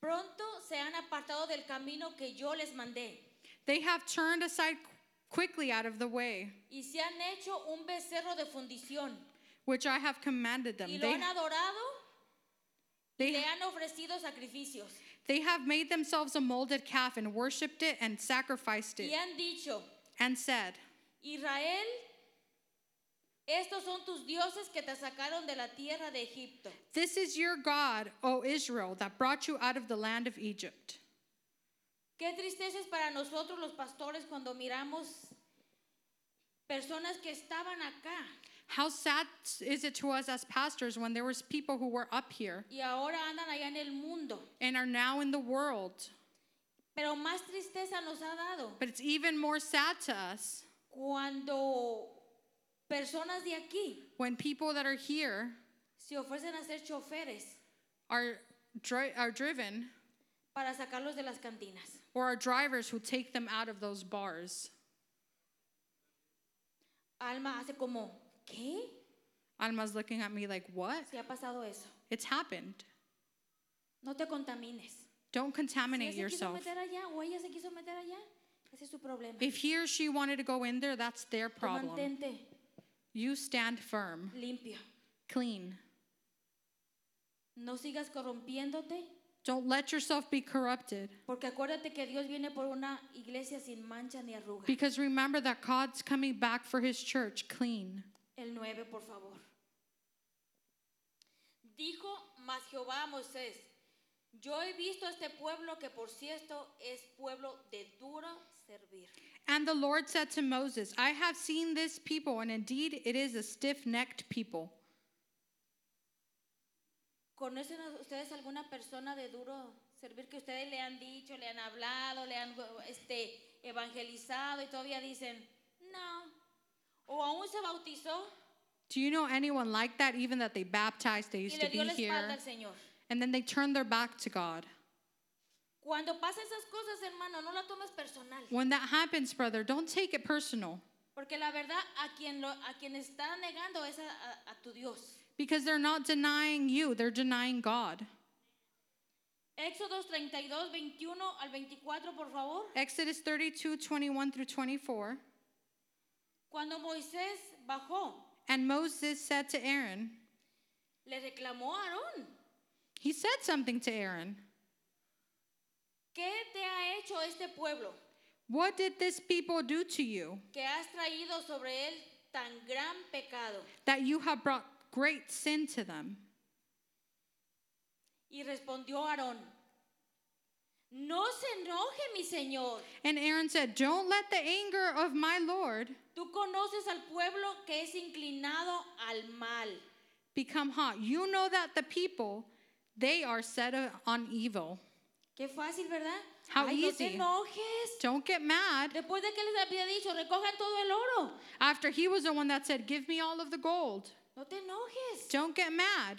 [SPEAKER 1] Pronto se han apartado del camino que yo les mandé
[SPEAKER 2] They have turned aside qu- quickly out of the way,
[SPEAKER 1] y se han hecho un becerro de fundición
[SPEAKER 2] which I have commanded them.
[SPEAKER 1] y lo
[SPEAKER 2] They,
[SPEAKER 1] han adorado y
[SPEAKER 2] they,
[SPEAKER 1] le han ofrecido sacrificios
[SPEAKER 2] they have made themselves a molded calf and worshipped it and sacrificed
[SPEAKER 1] y
[SPEAKER 2] it,
[SPEAKER 1] han dicho,
[SPEAKER 2] and said,
[SPEAKER 1] Israel, estos son tus dioses que te sacaron de la tierra de Egipto.
[SPEAKER 2] This is your God, O Israel, that brought you out of the land of Egypt.
[SPEAKER 1] Qué tristeza es para nosotros los pastores cuando miramos personas que estaban acá
[SPEAKER 2] How sad is it to us as pastors when there was people who were up here
[SPEAKER 1] y ahora andan allá en el mundo.
[SPEAKER 2] and are now in the world.
[SPEAKER 1] Pero más tristeza nos ha dado
[SPEAKER 2] But it's even more sad to us
[SPEAKER 1] cuando personas de aquí
[SPEAKER 2] when people that are here
[SPEAKER 1] se ofrecen a ser choferes
[SPEAKER 2] are, dri- are driven
[SPEAKER 1] para sacarlos de las cantinas.
[SPEAKER 2] or are drivers who take them out of those bars.
[SPEAKER 1] Alma hace como, ¿qué?
[SPEAKER 2] Alma's looking at me like, what?
[SPEAKER 1] Si ha pasado eso.
[SPEAKER 2] It's happened.
[SPEAKER 1] No te contamines.
[SPEAKER 2] Don't
[SPEAKER 1] Si
[SPEAKER 2] contaminate
[SPEAKER 1] él se quiso
[SPEAKER 2] yourself.
[SPEAKER 1] meter allá o ella se quiso meter allá, ese es su problema.
[SPEAKER 2] If he or she wanted to go in there, that's their
[SPEAKER 1] Tú
[SPEAKER 2] problem.
[SPEAKER 1] Mantente
[SPEAKER 2] You stand firm,
[SPEAKER 1] limpio.
[SPEAKER 2] clean.
[SPEAKER 1] No sigas corrompiéndote,
[SPEAKER 2] Don't let yourself be corrupted.
[SPEAKER 1] porque acuérdate que Dios viene por una iglesia sin mancha ni arruga.
[SPEAKER 2] Because remember that God's coming back for his church clean.
[SPEAKER 1] El 9, por favor. Dijo mas Jehová a Moisés, yo he visto este pueblo que por cierto es pueblo de duro servir.
[SPEAKER 2] And the Lord said to Moses, I have seen this people, and indeed it is a stiff necked people.
[SPEAKER 1] ¿Conocen a ustedes alguna persona de duro servir que ustedes le han dicho, le han hablado, le han este, evangelizado y todavía dicen, no? O aún se bautizó
[SPEAKER 2] Do you know anyone like that, even that they baptized, they
[SPEAKER 1] y
[SPEAKER 2] used
[SPEAKER 1] le
[SPEAKER 2] to be
[SPEAKER 1] dio la espalda
[SPEAKER 2] here,
[SPEAKER 1] al Señor.
[SPEAKER 2] and then they turned their back to God?
[SPEAKER 1] Cuando pasan esas cosas, hermano, no la tomes personal.
[SPEAKER 2] When that happens, brother, don't take it personal
[SPEAKER 1] Porque la verdad, a quien, lo, a quien está negando es a, a- a tu Dios.
[SPEAKER 2] because they're not denying you, they're denying God.
[SPEAKER 1] Éxodo 32, 21 al 24, por favor.
[SPEAKER 2] Exodus 32 21 through 24.
[SPEAKER 1] Cuando Moisés bajó,
[SPEAKER 2] And Moses said to Aaron,
[SPEAKER 1] le reclamó a Aarón,
[SPEAKER 2] He said something to Aaron.
[SPEAKER 1] ¿qué te ha hecho este pueblo
[SPEAKER 2] What did this people do to you
[SPEAKER 1] que has traído sobre él tan gran pecado?
[SPEAKER 2] that you have brought great sin to them?
[SPEAKER 1] Y respondió Aarón, no se enoje mi Señor.
[SPEAKER 2] And Aaron said, Don't let the anger of my Lord
[SPEAKER 1] Tú conoces al pueblo que es inclinado al mal.
[SPEAKER 2] become hot. You know that the people, they are set on evil.
[SPEAKER 1] Qué fácil, ¿verdad?
[SPEAKER 2] How
[SPEAKER 1] Ay, no te
[SPEAKER 2] easy.
[SPEAKER 1] enojes.
[SPEAKER 2] Don't get mad.
[SPEAKER 1] Después de que les había dicho, recojan todo el oro.
[SPEAKER 2] After he was the one that said, Give me all of the gold.
[SPEAKER 1] No te enojes.
[SPEAKER 2] Don't get mad.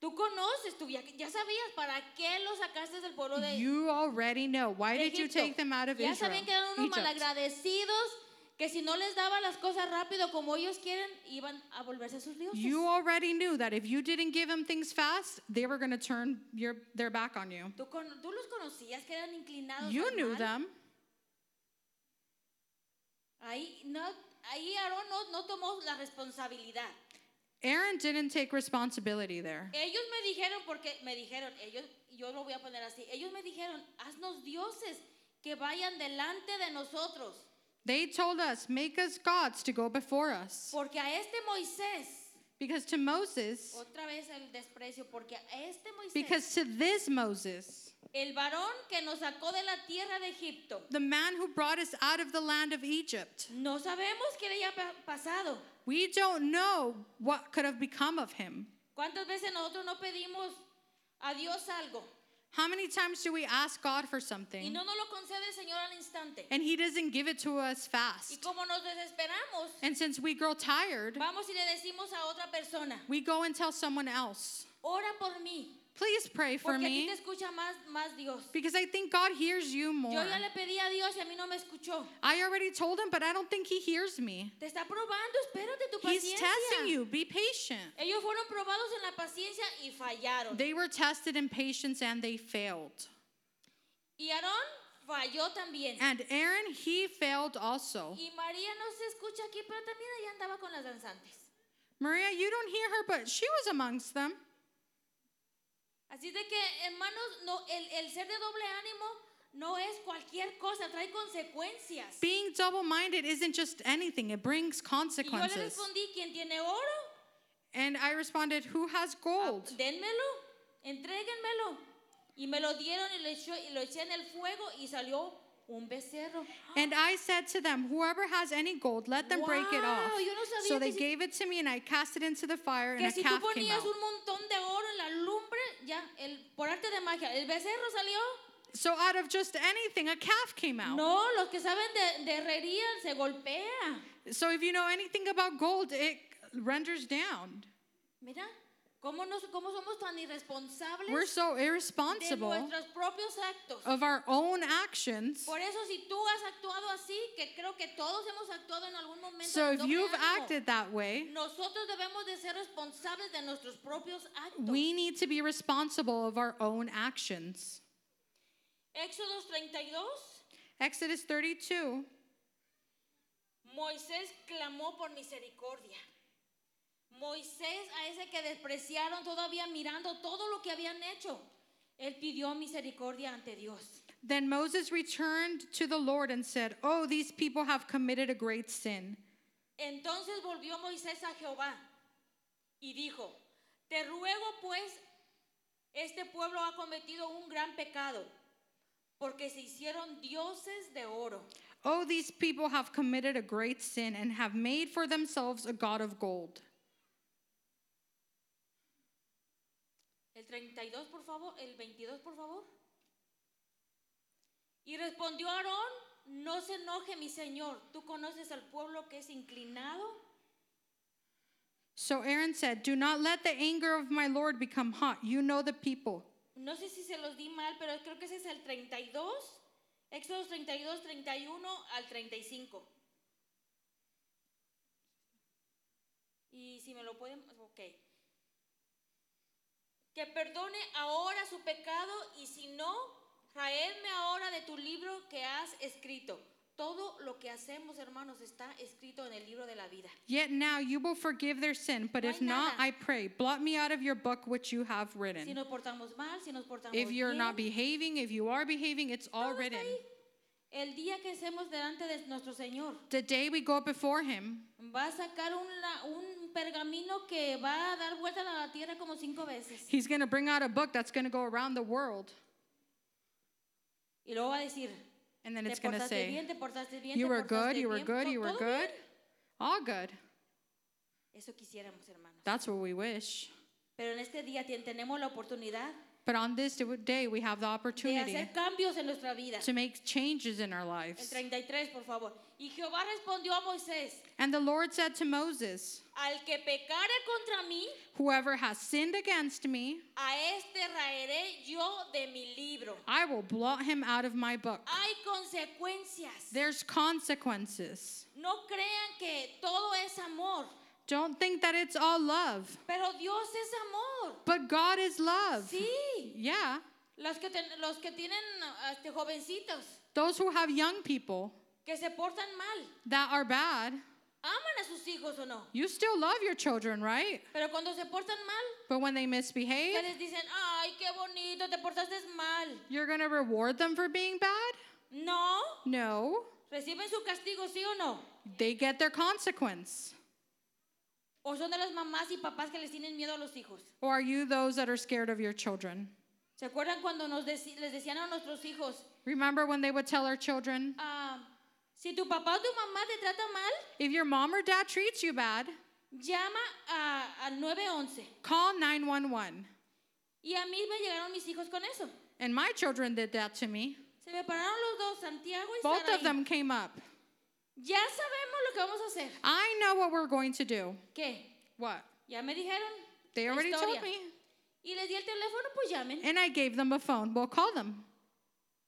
[SPEAKER 1] Tú conoces, tú ya, ya sabías para qué los sacaste del pueblo de,
[SPEAKER 2] You already know. Why
[SPEAKER 1] de
[SPEAKER 2] did you
[SPEAKER 1] Egipto.
[SPEAKER 2] take them out of
[SPEAKER 1] ya
[SPEAKER 2] Israel?
[SPEAKER 1] sabían que eran unos
[SPEAKER 2] Egypt.
[SPEAKER 1] malagradecidos, que si no les daban las cosas rápido como ellos quieren, iban a volverse sus dioses.
[SPEAKER 2] You already knew that if you didn't give them things fast, they were going to turn your, their back on you.
[SPEAKER 1] tú, con- tú los conocías que eran inclinados
[SPEAKER 2] You
[SPEAKER 1] al
[SPEAKER 2] knew
[SPEAKER 1] mal.
[SPEAKER 2] them.
[SPEAKER 1] Ahí, no, ahí Aarón no, no tomó la responsabilidad.
[SPEAKER 2] Aaron didn't take responsibility there.
[SPEAKER 1] Ellos me dijeron, porque me dijeron, ellos, yo lo voy a poner así, ellos me dijeron, haznos dioses que vayan delante de nosotros.
[SPEAKER 2] They told us, Make us gods to go before us.
[SPEAKER 1] Porque a este Moisés,
[SPEAKER 2] Because to Moses,
[SPEAKER 1] otra vez el desprecio, porque a este Moisés,
[SPEAKER 2] because to this Moses,
[SPEAKER 1] el varón que nos sacó de la tierra de Egipto,
[SPEAKER 2] the man who brought us out of the land of Egypt,
[SPEAKER 1] no sabemos qué le haya pa- pasado.
[SPEAKER 2] we don't know what could have become of him.
[SPEAKER 1] ¿Cuántas veces nosotros no pedimos a Dios algo
[SPEAKER 2] How many times do we ask God for
[SPEAKER 1] y
[SPEAKER 2] something
[SPEAKER 1] no nos lo concede el Señor al instante?
[SPEAKER 2] and he doesn't give it to us
[SPEAKER 1] Y
[SPEAKER 2] fast?
[SPEAKER 1] como nos desesperamos,
[SPEAKER 2] And since we grow tired,
[SPEAKER 1] vamos y le decimos a otra persona,
[SPEAKER 2] we go and tell someone else,
[SPEAKER 1] ora por mí,
[SPEAKER 2] Please pray for
[SPEAKER 1] porque aquí
[SPEAKER 2] me
[SPEAKER 1] te escucha más, más Dios.
[SPEAKER 2] because I think God hears
[SPEAKER 1] Yo
[SPEAKER 2] you more.
[SPEAKER 1] ya le pedí a Dios y a mí no me escuchó.
[SPEAKER 2] I already told him, but I don't think he hears me.
[SPEAKER 1] Te está probando, espérate tu
[SPEAKER 2] He's
[SPEAKER 1] paciencia.
[SPEAKER 2] testing you. Be patient.
[SPEAKER 1] Ellos fueron probados en la paciencia y fallaron.
[SPEAKER 2] They were tested in patience and they failed.
[SPEAKER 1] y Aarón falló también.
[SPEAKER 2] And Aaron, he failed also.
[SPEAKER 1] Y María no se escucha aquí, pero también ella andaba con las danzantes.
[SPEAKER 2] Maria, you don't hear her, but she was amongst them.
[SPEAKER 1] Así de que, hermanos, no, el, el ser de doble ánimo no es cualquier cosa, trae consecuencias.
[SPEAKER 2] Being double minded isn't just anything, it brings
[SPEAKER 1] Y yo le
[SPEAKER 2] consequences.
[SPEAKER 1] respondí, quien tiene oro,
[SPEAKER 2] And I responded, Who has
[SPEAKER 1] ah,
[SPEAKER 2] gold?
[SPEAKER 1] denmelo, entréguenmelo. Y me lo dieron y lo, echó- y lo eché en el fuego y salió un becerro.
[SPEAKER 2] And I said to them, Whoever has any gold, let them break it off.
[SPEAKER 1] Wow, yo no sabía
[SPEAKER 2] So
[SPEAKER 1] que
[SPEAKER 2] they
[SPEAKER 1] si-
[SPEAKER 2] gave it to me, and I cast it into the fire, and
[SPEAKER 1] Que
[SPEAKER 2] a
[SPEAKER 1] si tú
[SPEAKER 2] calf came
[SPEAKER 1] ponías
[SPEAKER 2] out.
[SPEAKER 1] un montón de oro en la lumbre, ya, el, por arte de magia, ¿el becerro salió?
[SPEAKER 2] So out of just anything, a calf came out.
[SPEAKER 1] No, los que saben de, de herrería se golpea.
[SPEAKER 2] So if you know anything about gold, it renders down.
[SPEAKER 1] Mira, cómo, nos, cómo somos tan irresponsables.
[SPEAKER 2] We're Oh. so
[SPEAKER 1] de
[SPEAKER 2] irresponsible
[SPEAKER 1] nuestros propios actos.
[SPEAKER 2] of our own actions.
[SPEAKER 1] Por eso si tú has actuado así, que creo que todos hemos actuado en algún momento,
[SPEAKER 2] So
[SPEAKER 1] de
[SPEAKER 2] if
[SPEAKER 1] doble
[SPEAKER 2] you've
[SPEAKER 1] ánimo,
[SPEAKER 2] acted that way,
[SPEAKER 1] nosotros debemos de ser responsables de nuestros propios actos.
[SPEAKER 2] we need to be responsible of our own actions.
[SPEAKER 1] Éxodo 32,
[SPEAKER 2] Exodus 32
[SPEAKER 1] Moisés clamó por misericordia. Moisés a ese que despreciaron todavía mirando todo lo que habían hecho, él pidió misericordia ante Dios.
[SPEAKER 2] Then Moses returned to the Lord and said, Oh, these people have committed a great sin.
[SPEAKER 1] Entonces volvió Moisés a Jehová y dijo, te ruego pues, este pueblo ha cometido un gran pecado, porque se hicieron dioses de oro.
[SPEAKER 2] Oh, these people have committed a great sin and have made for themselves a god of gold.
[SPEAKER 1] El 32, por favor, el 22, por favor. Y respondió Aarón, no se enoje mi señor, tú conoces al pueblo que es inclinado.
[SPEAKER 2] So Aaron said, Do not let the anger of my Lord become hot. You know the people.
[SPEAKER 1] No sé si se los di mal, pero creo que ese es el 32, Éxodo 32, 31 al 35. Y si me lo pueden, ok. Que perdone ahora su pecado y si no, traedme ahora de tu libro que has escrito. Todo lo que hacemos, hermanos, está escrito en el libro de la vida.
[SPEAKER 2] Yet now you will forgive their sin, but if
[SPEAKER 1] No hay
[SPEAKER 2] not,
[SPEAKER 1] nada.
[SPEAKER 2] I pray, blot me out of your book which you have
[SPEAKER 1] Si
[SPEAKER 2] written.
[SPEAKER 1] nos portamos mal, si nos portamos
[SPEAKER 2] If you're
[SPEAKER 1] bien,
[SPEAKER 2] not behaving, if you are behaving, it's all
[SPEAKER 1] todo está
[SPEAKER 2] written.
[SPEAKER 1] ahí. El día que hacemos delante de nuestro Señor,
[SPEAKER 2] The day we go before him,
[SPEAKER 1] Va a sacar un, la- un pergamino que va a dar vuelta a la tierra como cinco veces.
[SPEAKER 2] he's going to bring out a book that's going to go around the world.
[SPEAKER 1] Y luego va a decir,
[SPEAKER 2] And then
[SPEAKER 1] te
[SPEAKER 2] it's going to
[SPEAKER 1] portaste
[SPEAKER 2] say,
[SPEAKER 1] bien, te portaste bien,
[SPEAKER 2] You
[SPEAKER 1] te
[SPEAKER 2] were
[SPEAKER 1] portaste
[SPEAKER 2] good, you were
[SPEAKER 1] bien,
[SPEAKER 2] good,
[SPEAKER 1] to-
[SPEAKER 2] you were
[SPEAKER 1] todo
[SPEAKER 2] good.
[SPEAKER 1] bien".
[SPEAKER 2] All good.
[SPEAKER 1] Eso quisiéramos, hermanos.
[SPEAKER 2] That's what we wish.
[SPEAKER 1] Pero en este día ten- tenemos la oportunidad
[SPEAKER 2] But on this d- day, we have the
[SPEAKER 1] de
[SPEAKER 2] opportunity
[SPEAKER 1] hacer cambios en nuestra vida.
[SPEAKER 2] to make changes in our
[SPEAKER 1] El
[SPEAKER 2] lives.
[SPEAKER 1] 33, por favor. Y Jehová respondió a Moisés,
[SPEAKER 2] And the Lord said to Moses,
[SPEAKER 1] al que pecare contra mí,
[SPEAKER 2] Whoever has sinned against me,
[SPEAKER 1] a este raeré yo de mi libro.
[SPEAKER 2] I will blot him out of my book.
[SPEAKER 1] Hay consecuencias.
[SPEAKER 2] There's consequences.
[SPEAKER 1] No crean que todo es amor.
[SPEAKER 2] Don't think that it's all love,
[SPEAKER 1] Pero Dios es amor.
[SPEAKER 2] but God is love.
[SPEAKER 1] Sí.
[SPEAKER 2] Yeah.
[SPEAKER 1] Los que, ten- los que tienen ah, este, jovencitos
[SPEAKER 2] Those who have young people
[SPEAKER 1] que se portan mal,
[SPEAKER 2] that are bad,
[SPEAKER 1] aman a sus hijos o no.
[SPEAKER 2] you still love your children, right?
[SPEAKER 1] Pero cuando se portan mal,
[SPEAKER 2] But when they
[SPEAKER 1] que
[SPEAKER 2] misbehave,
[SPEAKER 1] les dicen, ay, qué bonito, te portaste mal.
[SPEAKER 2] You're going to reward them for being bad?
[SPEAKER 1] No,
[SPEAKER 2] No.
[SPEAKER 1] ¿Reciben su castigo, sí o no?
[SPEAKER 2] They get their consequence.
[SPEAKER 1] ¿O son de las mamás y papás que les tienen miedo a los hijos?
[SPEAKER 2] Or are you those that are scared of your children?
[SPEAKER 1] ¿Se acuerdan cuando nos deci- les decían a nuestros hijos,
[SPEAKER 2] Remember when they would tell our children,
[SPEAKER 1] ah, si tu papá o tu mamá te trata mal,
[SPEAKER 2] if your mom or dad treats you bad,
[SPEAKER 1] llama a- al 911?
[SPEAKER 2] call 911.
[SPEAKER 1] Y a mí me llegaron mis hijos con eso.
[SPEAKER 2] And my children did that to me.
[SPEAKER 1] Se me pararon los dos, Santiago y
[SPEAKER 2] Both
[SPEAKER 1] Sara,
[SPEAKER 2] of
[SPEAKER 1] y
[SPEAKER 2] them came up.
[SPEAKER 1] Ya sabemos lo que vamos a hacer.
[SPEAKER 2] I know what we're going to do.
[SPEAKER 1] ¿Qué?
[SPEAKER 2] What?
[SPEAKER 1] Ya me dijeron.
[SPEAKER 2] They
[SPEAKER 1] la
[SPEAKER 2] already told
[SPEAKER 1] historia.
[SPEAKER 2] me.
[SPEAKER 1] Y les di el teléfono, pues llamen.
[SPEAKER 2] And I gave them a phone. Well, call them.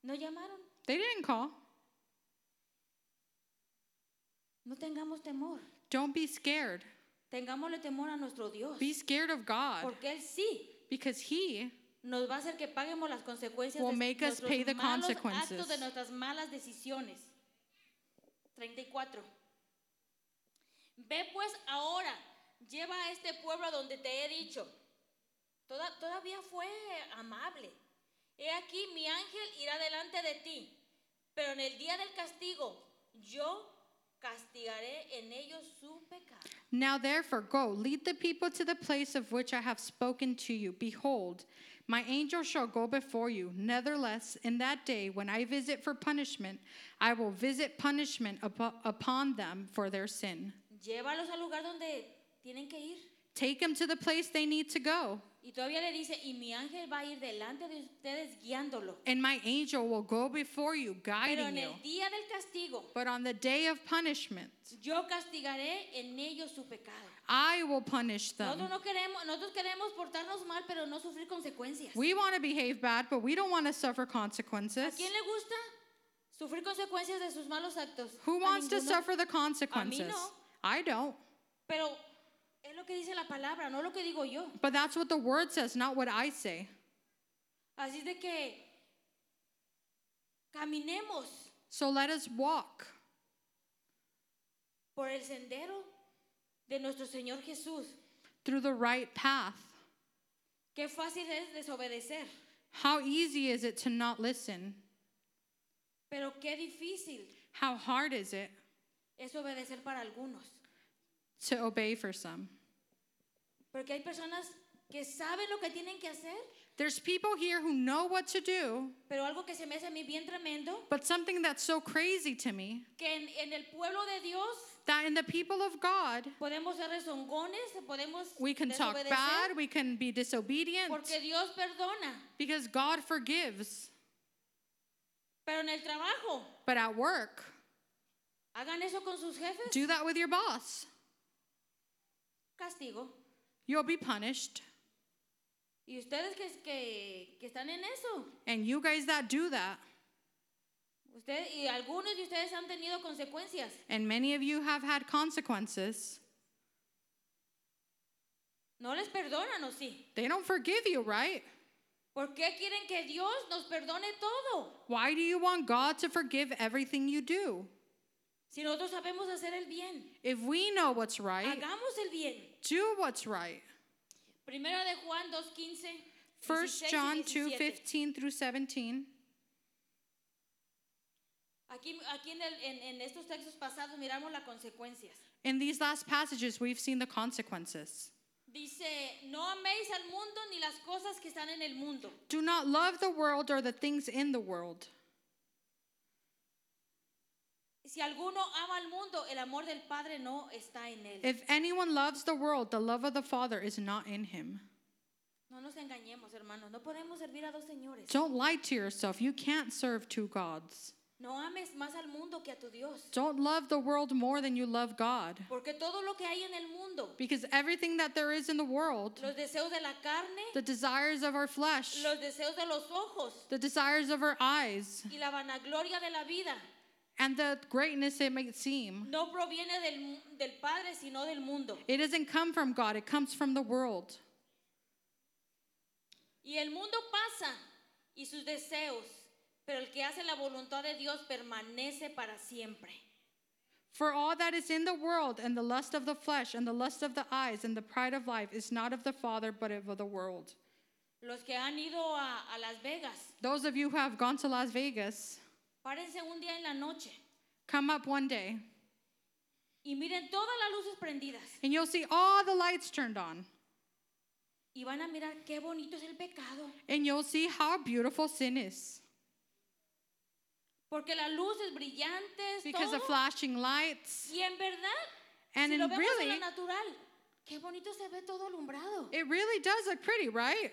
[SPEAKER 1] No llamaron.
[SPEAKER 2] They didn't call.
[SPEAKER 1] No tengamos temor.
[SPEAKER 2] Don't be scared.
[SPEAKER 1] Tengámosle temor a nuestro Dios.
[SPEAKER 2] Be scared of God
[SPEAKER 1] Porque Él sí
[SPEAKER 2] because He
[SPEAKER 1] nos va a hacer que paguemos las consecuencias
[SPEAKER 2] Will
[SPEAKER 1] de
[SPEAKER 2] make us
[SPEAKER 1] nuestros
[SPEAKER 2] pay the
[SPEAKER 1] malos
[SPEAKER 2] consequences.
[SPEAKER 1] actos, de nuestras malas decisiones. 34. Ve pues ahora, lleva a este pueblo a donde te he dicho. Toda- todavía fue amable. He aquí mi ángel irá delante de ti, pero en el día del castigo yo castigaré en ellos su pecado.
[SPEAKER 2] Now therefore go, lead the people to the place of which I have spoken to you. Behold, my angel shall go before you. Nevertheless, in that day when I visit for punishment, I will visit punishment upo- upon them for their sin.
[SPEAKER 1] Llévalos al lugar donde tienen que ir.
[SPEAKER 2] Take them to the place they need to go,
[SPEAKER 1] Y todavía le dice, y mi ángel va a ir delante de ustedes guiándolo.
[SPEAKER 2] and my angel will go before you,
[SPEAKER 1] Pero
[SPEAKER 2] guiding
[SPEAKER 1] en
[SPEAKER 2] you.
[SPEAKER 1] el día del castigo,
[SPEAKER 2] But on the day of punishment,
[SPEAKER 1] yo castigaré en ellos su pecado.
[SPEAKER 2] I will punish them.
[SPEAKER 1] Nosotros no queremos, nosotros queremos portarnos mal, pero no sufrir consecuencias.
[SPEAKER 2] We want to behave bad, but we don't want to suffer
[SPEAKER 1] ¿A
[SPEAKER 2] consequences.
[SPEAKER 1] quién le gusta sufrir consecuencias de sus malos actos?
[SPEAKER 2] Who
[SPEAKER 1] A
[SPEAKER 2] wants to
[SPEAKER 1] ninguno.
[SPEAKER 2] suffer the consequences? I don't.
[SPEAKER 1] Pero es lo que dice la palabra, no lo que digo yo.
[SPEAKER 2] But that's what the word says, not what I say.
[SPEAKER 1] Así es de que caminemos
[SPEAKER 2] So let us walk
[SPEAKER 1] por el sendero de nuestro Señor Jesús.
[SPEAKER 2] through the right path.
[SPEAKER 1] Qué fácil es desobedecer.
[SPEAKER 2] How easy is it to not listen?
[SPEAKER 1] Pero qué difícil
[SPEAKER 2] How hard is it
[SPEAKER 1] es obedecer para algunos.
[SPEAKER 2] to obey for some?
[SPEAKER 1] Porque hay personas que saben lo que tienen que hacer,
[SPEAKER 2] There's people here who know what to do,
[SPEAKER 1] pero algo que se me hace a mí bien tremendo,
[SPEAKER 2] but something that's so crazy to me
[SPEAKER 1] que en, en el pueblo de Dios
[SPEAKER 2] that in the people of God,
[SPEAKER 1] podemos ser rezongones, podemos
[SPEAKER 2] we can talk
[SPEAKER 1] desobedecer,
[SPEAKER 2] bad, we can be disobedient
[SPEAKER 1] porque Dios perdona.
[SPEAKER 2] because God forgives.
[SPEAKER 1] Pero en el trabajo,
[SPEAKER 2] But at work,
[SPEAKER 1] hagan eso con sus jefes,
[SPEAKER 2] do that with your boss.
[SPEAKER 1] castigo.
[SPEAKER 2] You'll be punished.
[SPEAKER 1] Y ustedes que, que, que están en eso,
[SPEAKER 2] And you guys that do that,
[SPEAKER 1] usted, y algunos de ustedes han tenido consecuencias,
[SPEAKER 2] and many of you have had consequences,
[SPEAKER 1] no les perdonan o sí.
[SPEAKER 2] they don't forgive you, right?
[SPEAKER 1] ¿Por qué quieren que Dios nos perdone todo?
[SPEAKER 2] Why do you want God to forgive everything you do?
[SPEAKER 1] Si nosotros sabemos hacer el bien,
[SPEAKER 2] If we know what's right,
[SPEAKER 1] hagamos el bien.
[SPEAKER 2] do what's right.
[SPEAKER 1] Primera de Juan 2:15.
[SPEAKER 2] 1
[SPEAKER 1] 16 y
[SPEAKER 2] John 2
[SPEAKER 1] 17.
[SPEAKER 2] 15 through 17.
[SPEAKER 1] Aquí, aquí en, el- en- en estos textos pasados miramos las consecuencias.
[SPEAKER 2] In these last passages, we've seen the consequences.
[SPEAKER 1] Dice, no améis al mundo ni las cosas que están en el mundo.
[SPEAKER 2] Do not love the world or the things in the world.
[SPEAKER 1] Si alguno ama al mundo, el amor del Padre no está en él.
[SPEAKER 2] If anyone loves the world, the love of the Father is not in him.
[SPEAKER 1] No nos engañemos, hermanos. No podemos servir a dos señores.
[SPEAKER 2] Don't lie to yourself. You can't serve two gods.
[SPEAKER 1] No ames más al mundo que a tu Dios.
[SPEAKER 2] Don't love the world more than you love God.
[SPEAKER 1] Porque todo lo que hay en el mundo,
[SPEAKER 2] Because everything that there is in the world,
[SPEAKER 1] los deseos de la carne,
[SPEAKER 2] the desires of our flesh,
[SPEAKER 1] los deseos de los ojos
[SPEAKER 2] the desires of our eyes,
[SPEAKER 1] y la vanagloria de la vida,
[SPEAKER 2] and the greatness it may seem,
[SPEAKER 1] no proviene del, mu- del Padre, sino del mundo.
[SPEAKER 2] it doesn't come from God, it comes from the world.
[SPEAKER 1] Y el mundo pasa y sus deseos, pero el que hace la voluntad de Dios permanece para siempre.
[SPEAKER 2] For all that is in the world, and the lust of the flesh, and the lust of the eyes, and the pride of life, is not of the Father, but of the world.
[SPEAKER 1] Los que han ido a, a Las Vegas,
[SPEAKER 2] Those of you who have gone to Las Vegas,
[SPEAKER 1] párense un día en la noche
[SPEAKER 2] Come up one day,
[SPEAKER 1] y miren todas las luces prendidas
[SPEAKER 2] and you'll see all the lights turned on,
[SPEAKER 1] y van a mirar qué bonito es el pecado.
[SPEAKER 2] and you'll see how beautiful sin is.
[SPEAKER 1] Porque las luces brillantes,
[SPEAKER 2] Because of
[SPEAKER 1] todo.
[SPEAKER 2] flashing lights,
[SPEAKER 1] Y en verdad,
[SPEAKER 2] and
[SPEAKER 1] si lo
[SPEAKER 2] in
[SPEAKER 1] vemos
[SPEAKER 2] really,
[SPEAKER 1] en lo natural, qué bonito se ve todo alumbrado.
[SPEAKER 2] it really does look pretty, right?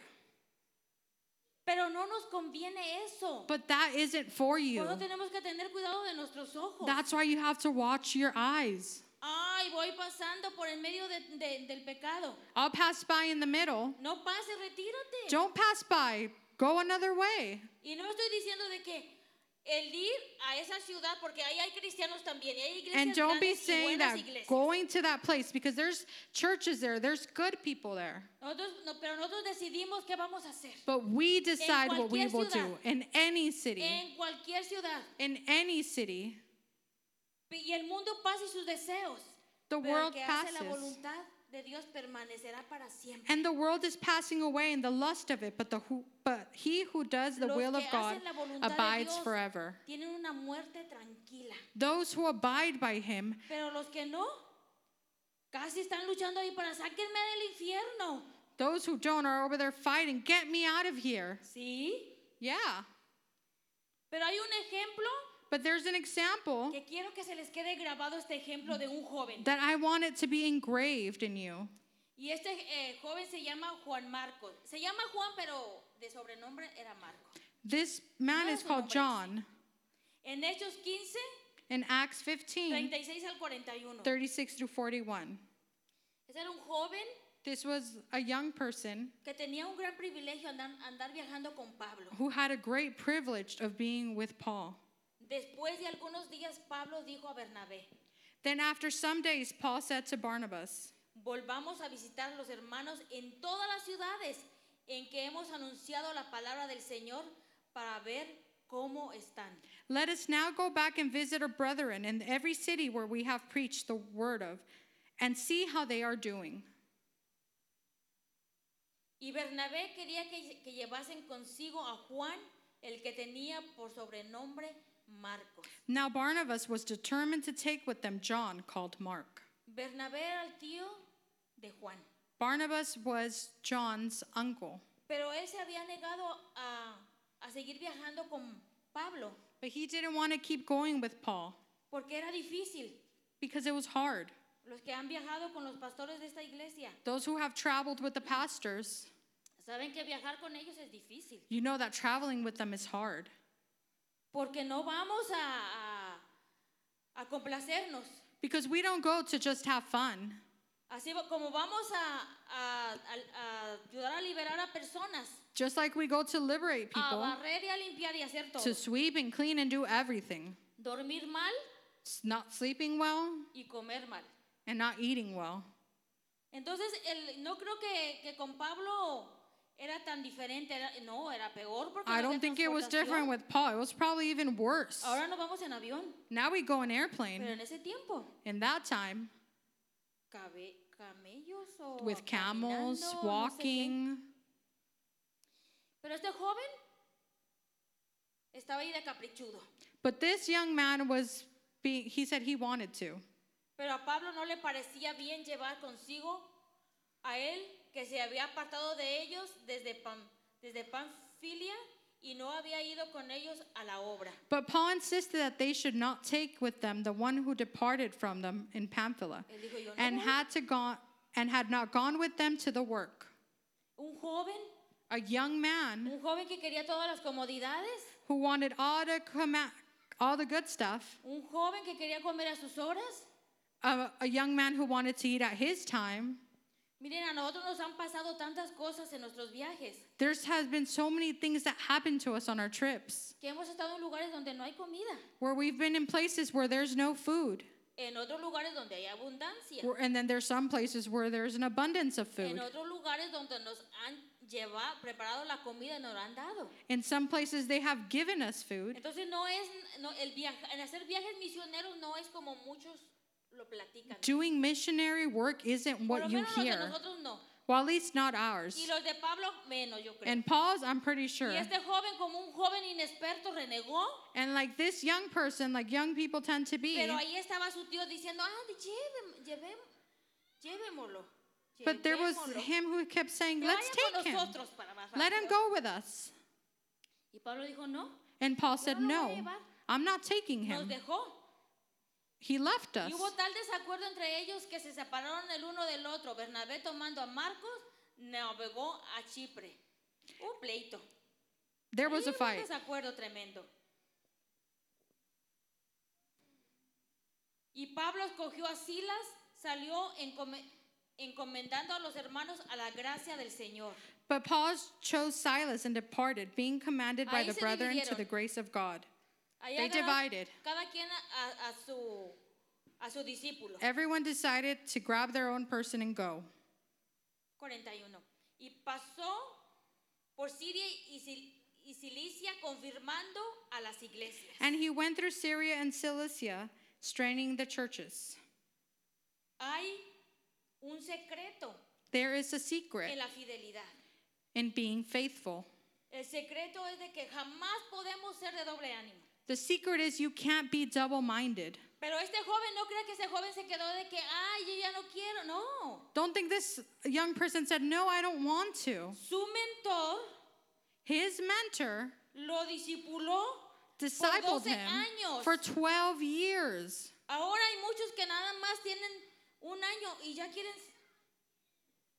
[SPEAKER 1] Pero no nos conviene eso.
[SPEAKER 2] But that isn't for
[SPEAKER 1] Por
[SPEAKER 2] you.
[SPEAKER 1] eso tenemos que tener cuidado de nuestros ojos.
[SPEAKER 2] That's why you have to watch your eyes.
[SPEAKER 1] Ay, voy pasando por en medio de- de- del pecado.
[SPEAKER 2] I'll pass by in the middle.
[SPEAKER 1] No pases, retírate.
[SPEAKER 2] Don't pass by. Go another way.
[SPEAKER 1] y no estoy diciendo de que el ir a esa ciudad, porque ahí hay cristianos también, y hay iglesias
[SPEAKER 2] And don't be
[SPEAKER 1] grandes y
[SPEAKER 2] saying
[SPEAKER 1] buenas
[SPEAKER 2] that
[SPEAKER 1] iglesias.
[SPEAKER 2] going to that place because there's churches there, there's good people there.
[SPEAKER 1] Nosotros- no, pero nosotros decidimos qué vamos a hacer.
[SPEAKER 2] But we decide what we
[SPEAKER 1] cualquier
[SPEAKER 2] will do
[SPEAKER 1] ciudad.
[SPEAKER 2] in any city.
[SPEAKER 1] En cualquier ciudad.
[SPEAKER 2] In any city,
[SPEAKER 1] Y el mundo pasa y sus deseos.
[SPEAKER 2] the
[SPEAKER 1] Pero el
[SPEAKER 2] world
[SPEAKER 1] que hace la
[SPEAKER 2] passes.
[SPEAKER 1] voluntad de Dios permanecerá para siempre.
[SPEAKER 2] And the world is passing away and the lust of it, but, the who, but he who does the
[SPEAKER 1] Los
[SPEAKER 2] will of
[SPEAKER 1] que
[SPEAKER 2] God
[SPEAKER 1] hacen la voluntad de
[SPEAKER 2] abides
[SPEAKER 1] Dios.
[SPEAKER 2] forever.
[SPEAKER 1] Tienen una muerte tranquila.
[SPEAKER 2] Those who abide by him
[SPEAKER 1] Pero los que no, casi están luchando ahí para sáquenme del infierno.
[SPEAKER 2] Those who don't are over there fighting, get me out of here.
[SPEAKER 1] Sí.
[SPEAKER 2] Yeah.
[SPEAKER 1] Pero hay un ejemplo
[SPEAKER 2] But there's an example
[SPEAKER 1] que quiero que se les quede grabado este ejemplo de un joven.
[SPEAKER 2] that I want it to be engraved in you.
[SPEAKER 1] Y este eh, joven se llama Juan Marcos. Se llama Juan, pero de sobrenombre era Marco.
[SPEAKER 2] This man
[SPEAKER 1] No
[SPEAKER 2] is
[SPEAKER 1] es un
[SPEAKER 2] called
[SPEAKER 1] hombre,
[SPEAKER 2] John
[SPEAKER 1] En Hechos 15,
[SPEAKER 2] in Acts 15
[SPEAKER 1] 36 al 41.
[SPEAKER 2] 36 through 41.
[SPEAKER 1] Ese era un joven
[SPEAKER 2] This was a young person
[SPEAKER 1] que tenía un gran privilegio andar, andar viajando con Pablo.
[SPEAKER 2] who had a great privilege of being with Paul.
[SPEAKER 1] Después de algunos días, Pablo dijo a Bernabé,
[SPEAKER 2] Then, after some days, Paul said to Barnabas,
[SPEAKER 1] volvamos a visitar a los hermanos en todas las ciudades en que hemos anunciado la palabra del Señor para ver cómo están.
[SPEAKER 2] Let us now go back and visit our brethren in every city where we have preached the word of, and see how they are doing.
[SPEAKER 1] Y Bernabé quería que, que llevasen consigo a Juan, el que tenía por sobrenombre Marcos.
[SPEAKER 2] Now Barnabas was determined to take with them John, called Mark.
[SPEAKER 1] Bernabé era el tío de Juan,
[SPEAKER 2] Barnabas was John's uncle,
[SPEAKER 1] pero él se había negado a, a seguir viajando con Pablo
[SPEAKER 2] but he didn't want to keep going with Paul
[SPEAKER 1] porque era difícil.
[SPEAKER 2] because it was hard.
[SPEAKER 1] Los que han viajado con los pastores de esta iglesia
[SPEAKER 2] Those who have traveled with the pastors,
[SPEAKER 1] saben que viajar con ellos es difícil.
[SPEAKER 2] you know that traveling with them is hard
[SPEAKER 1] Porque no vamos a, a, a complacernos.
[SPEAKER 2] because we don't go to just have fun.
[SPEAKER 1] Así va- como vamos a, a- a- a ayudar a liberar a personas,
[SPEAKER 2] Just like we go to liberate
[SPEAKER 1] a
[SPEAKER 2] people,
[SPEAKER 1] barrer y a limpiar y hacer todo.
[SPEAKER 2] to sweep and clean and do everything.
[SPEAKER 1] Dormir mal
[SPEAKER 2] S- Not sleeping well
[SPEAKER 1] y comer mal.
[SPEAKER 2] and not eating well.
[SPEAKER 1] Entonces, el- no creo que, que con Pablo era tan diferente. era- no, era peor porque
[SPEAKER 2] I
[SPEAKER 1] no
[SPEAKER 2] don't
[SPEAKER 1] había
[SPEAKER 2] think it was different
[SPEAKER 1] transportación.
[SPEAKER 2] with Paul. It was probably even worse.
[SPEAKER 1] Ahora no vamos en avión,
[SPEAKER 2] Now we go in airplane.
[SPEAKER 1] pero en ese tiempo,
[SPEAKER 2] In that time,
[SPEAKER 1] cabe- camellos o
[SPEAKER 2] with
[SPEAKER 1] caminando,
[SPEAKER 2] camels,
[SPEAKER 1] no sé qué.
[SPEAKER 2] walking,
[SPEAKER 1] Pero este joven estaba ahí de caprichudo.
[SPEAKER 2] but this young man was being, he said he wanted to.
[SPEAKER 1] Pero a Pablo no le parecía bien llevar consigo a él que se había apartado de ellos desde, Pam- desde Panfilia y no había ido con ellos a la obra.
[SPEAKER 2] But Paul insisted that they should not take with them the one who departed from them in Pamphylia
[SPEAKER 1] Él dijo, yo no
[SPEAKER 2] and
[SPEAKER 1] voy".
[SPEAKER 2] had to go and had not gone with them to the work.
[SPEAKER 1] Un joven,
[SPEAKER 2] A young man
[SPEAKER 1] un joven que quería todas las comodidades,
[SPEAKER 2] who wanted all the comma- all the good stuff,
[SPEAKER 1] un joven que quería comer a sus horas.
[SPEAKER 2] a, a young man who wanted to eat at his time.
[SPEAKER 1] Miren, a nosotros nos han pasado tantas cosas en nuestros viajes
[SPEAKER 2] There's has been so many things that happened to us on our trips
[SPEAKER 1] que hemos estado en lugares donde no hay comida,
[SPEAKER 2] where we've been in places where there's no food.
[SPEAKER 1] en otros lugares donde hay abundancia.
[SPEAKER 2] Where- And then there's some places where there's an abundance of
[SPEAKER 1] En
[SPEAKER 2] food.
[SPEAKER 1] otros lugares donde nos han llevado, preparado la comida y nos la han dado.
[SPEAKER 2] In some places they have given us food.
[SPEAKER 1] Entonces no es, no, el, viaja- el hacer viajes misioneros no es como muchos lo platican.
[SPEAKER 2] Doing missionary work isn't
[SPEAKER 1] Por lo
[SPEAKER 2] what you
[SPEAKER 1] menos los de
[SPEAKER 2] hear.
[SPEAKER 1] nosotros no.
[SPEAKER 2] Well, at least not ours.
[SPEAKER 1] Y los de Pablo, menos, yo creo.
[SPEAKER 2] And Paul's, I'm pretty sure.
[SPEAKER 1] Y este joven, como un joven inexperto, renegó.
[SPEAKER 2] And like this young person, like young people tend to be,
[SPEAKER 1] Pero ahí estaba su tío diciendo, ah, lleve, lleve, llevémoslo.
[SPEAKER 2] but there was
[SPEAKER 1] llevémoslo.
[SPEAKER 2] him who kept saying,
[SPEAKER 1] Que
[SPEAKER 2] Let's
[SPEAKER 1] vaya con
[SPEAKER 2] take him.
[SPEAKER 1] nosotros para más
[SPEAKER 2] Let him
[SPEAKER 1] rápido".
[SPEAKER 2] go with us.
[SPEAKER 1] Y Pablo dijo, no,
[SPEAKER 2] And Paul said,
[SPEAKER 1] no lo
[SPEAKER 2] No,
[SPEAKER 1] voy a llevar.
[SPEAKER 2] I'm not taking
[SPEAKER 1] nos
[SPEAKER 2] him.
[SPEAKER 1] dejó.
[SPEAKER 2] He left us.
[SPEAKER 1] Y hubo tal desacuerdo entre ellos que se separaron el uno del otro. Bernabé tomando a Marcos navegó a Chipre. Un pleito.
[SPEAKER 2] There was
[SPEAKER 1] Ahí
[SPEAKER 2] a
[SPEAKER 1] hubo
[SPEAKER 2] fight.
[SPEAKER 1] Un desacuerdo tremendo. Y Pablo escogió a Silas, salió encome- encomendando a los hermanos a la gracia del Señor.
[SPEAKER 2] But Paul chose Silas and departed, being commanded by
[SPEAKER 1] Ahí
[SPEAKER 2] the
[SPEAKER 1] se
[SPEAKER 2] brethren to
[SPEAKER 1] dividieron.
[SPEAKER 2] the grace of God.
[SPEAKER 1] Ahí
[SPEAKER 2] They
[SPEAKER 1] agarraron
[SPEAKER 2] divided.
[SPEAKER 1] Cada quien a, a- a su, a su discípulo.
[SPEAKER 2] Everyone decided to grab their own person and go.
[SPEAKER 1] 41. Y pasó por Siria y, Sil- y Cilicia confirmando a las iglesias.
[SPEAKER 2] And he went through Syria and Cilicia, straining the churches.
[SPEAKER 1] Hay un secreto
[SPEAKER 2] There is a secret
[SPEAKER 1] en la fidelidad.
[SPEAKER 2] in being faithful.
[SPEAKER 1] El secreto es de que jamás podemos ser de doble ánimo.
[SPEAKER 2] The secret is you can't be double minded.
[SPEAKER 1] Pero este joven no cree que ese joven se quedó de que, ay, yo ya no quiero. No.
[SPEAKER 2] Don't think this young person said, No, I don't want to.
[SPEAKER 1] Su mentor
[SPEAKER 2] His mentor
[SPEAKER 1] lo discipuló.
[SPEAKER 2] discipled
[SPEAKER 1] 12
[SPEAKER 2] him
[SPEAKER 1] años.
[SPEAKER 2] for 12 years.
[SPEAKER 1] Ahora hay muchos que nada más tienen un año y ya quieren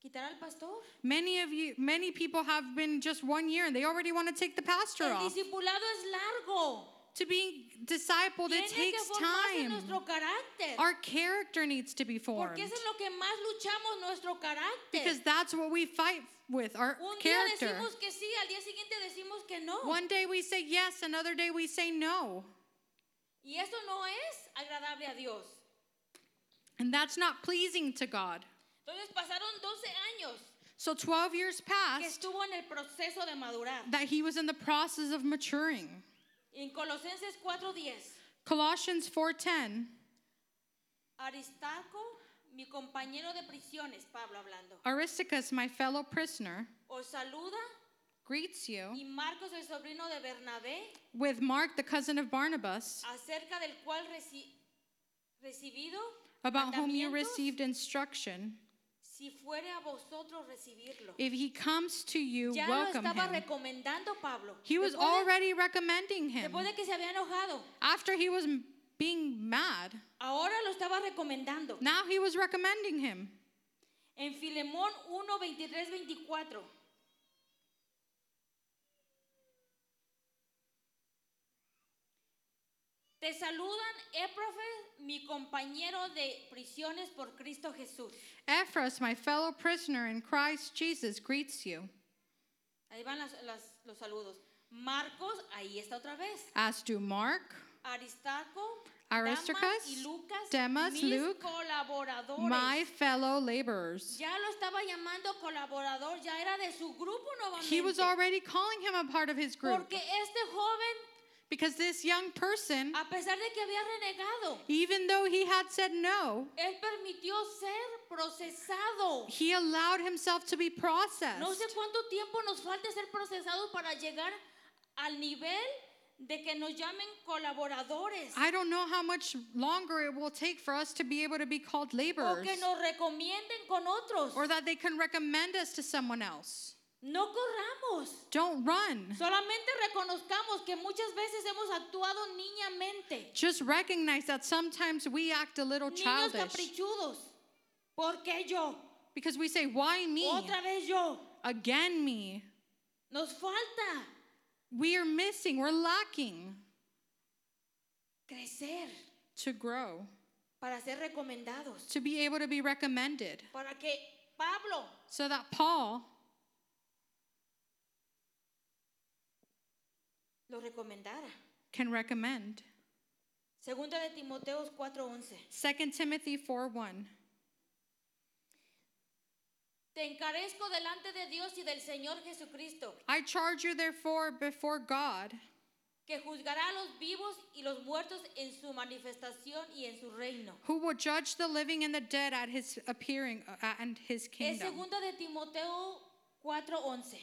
[SPEAKER 1] quitar al pastor.
[SPEAKER 2] Many of you, many people have been just one year and they already want to take the pastor
[SPEAKER 1] El
[SPEAKER 2] off.
[SPEAKER 1] discipulado es largo.
[SPEAKER 2] To be discipled,
[SPEAKER 1] Tiene
[SPEAKER 2] it
[SPEAKER 1] que
[SPEAKER 2] takes
[SPEAKER 1] formarse
[SPEAKER 2] time.
[SPEAKER 1] nuestro carácter.
[SPEAKER 2] Our character needs to be formed
[SPEAKER 1] Porque eso es lo que más luchamos, nuestro
[SPEAKER 2] because
[SPEAKER 1] carácter.
[SPEAKER 2] that's what we fight with our
[SPEAKER 1] Un día
[SPEAKER 2] character.
[SPEAKER 1] decimos que sí, al día siguiente decimos que no.
[SPEAKER 2] One day we say yes, another day we say no.
[SPEAKER 1] Y eso no es agradable a Dios.
[SPEAKER 2] And that's not pleasing to God.
[SPEAKER 1] Entonces pasaron 12 años
[SPEAKER 2] So 12 years
[SPEAKER 1] que
[SPEAKER 2] passed
[SPEAKER 1] estuvo en el proceso de madurar.
[SPEAKER 2] that he was in the process of maturing.
[SPEAKER 1] En Colosenses 4:10,
[SPEAKER 2] Colossians 4:10,
[SPEAKER 1] Aristarco, mi compañero de prisiones, Pablo hablando,
[SPEAKER 2] Aristarchus, my fellow prisoner,
[SPEAKER 1] os saluda
[SPEAKER 2] greets you
[SPEAKER 1] y Marcos, el sobrino de Bernabé,
[SPEAKER 2] with Mark, the cousin of Barnabas,
[SPEAKER 1] acerca del cual reci- recibido
[SPEAKER 2] about whom you
[SPEAKER 1] mandamientos,
[SPEAKER 2] received instruction.
[SPEAKER 1] si fuere a vosotros recibirlo.
[SPEAKER 2] If he comes to you,
[SPEAKER 1] ya lo
[SPEAKER 2] welcome
[SPEAKER 1] estaba
[SPEAKER 2] him.
[SPEAKER 1] recomendando Pablo.
[SPEAKER 2] He was
[SPEAKER 1] Después de-
[SPEAKER 2] already recommending him.
[SPEAKER 1] después de que se había enojado,
[SPEAKER 2] After he was m- being mad,
[SPEAKER 1] ahora lo estaba recomendando.
[SPEAKER 2] now he was recommending him.
[SPEAKER 1] En Filemón 1, 23, 24. Te saludan, Éprofes, mi compañero de prisiones por Cristo Jesús.
[SPEAKER 2] Ephras, my fellow prisoner in Christ Jesus, greets you,
[SPEAKER 1] Ahí van las- las- los saludos. Marcos, ahí está otra vez.
[SPEAKER 2] as do Mark,
[SPEAKER 1] Aristarco, Damas
[SPEAKER 2] Aristarchus,
[SPEAKER 1] y Lucas,
[SPEAKER 2] Demas,
[SPEAKER 1] mis
[SPEAKER 2] Luke,
[SPEAKER 1] colaboradores.
[SPEAKER 2] my fellow laborers.
[SPEAKER 1] ya lo estaba llamando colaborador, ya era de su grupo nuevamente.
[SPEAKER 2] He was already calling him a part of his group
[SPEAKER 1] Porque este joven,
[SPEAKER 2] because this young person,
[SPEAKER 1] a pesar de que había renegado,
[SPEAKER 2] even though he had said no,
[SPEAKER 1] él permitió ser procesado.
[SPEAKER 2] he allowed himself to be
[SPEAKER 1] No sé
[SPEAKER 2] processed.
[SPEAKER 1] cuánto tiempo nos falta ser procesados para llegar al nivel de que nos llamen colaboradores
[SPEAKER 2] I don't know how much longer it will take for us to be able to be called
[SPEAKER 1] o
[SPEAKER 2] laborers
[SPEAKER 1] que nos recomienden con otros.
[SPEAKER 2] or that they can recommend us to someone else.
[SPEAKER 1] No corramos.
[SPEAKER 2] Don't run.
[SPEAKER 1] Solamente reconozcamos que muchas veces hemos actuado niñamente,
[SPEAKER 2] Just recognize that sometimes we act a little
[SPEAKER 1] niños
[SPEAKER 2] childish
[SPEAKER 1] caprichudos. ¿Por qué yo?
[SPEAKER 2] because we say, Why me?
[SPEAKER 1] Otra vez yo.
[SPEAKER 2] Again, me.
[SPEAKER 1] Nos falta
[SPEAKER 2] We are missing, we're lacking
[SPEAKER 1] crecer
[SPEAKER 2] to grow,
[SPEAKER 1] para ser recomendados,
[SPEAKER 2] to be able to be recommended.
[SPEAKER 1] para que Pablo
[SPEAKER 2] So that Paul
[SPEAKER 1] lo recomendara.
[SPEAKER 2] can recommend.
[SPEAKER 1] Segunda de Timoteos 4:11.
[SPEAKER 2] 2 Timothy 4 1.
[SPEAKER 1] Te encarezco delante de Dios y del Señor Jesucristo,
[SPEAKER 2] I charge you, therefore, before God,
[SPEAKER 1] que juzgará a los vivos y los muertos en su manifestación y en su reino.
[SPEAKER 2] who will judge the living and the dead at his appearing uh, and his
[SPEAKER 1] Es
[SPEAKER 2] kingdom.
[SPEAKER 1] segunda de Timoteo 4:11.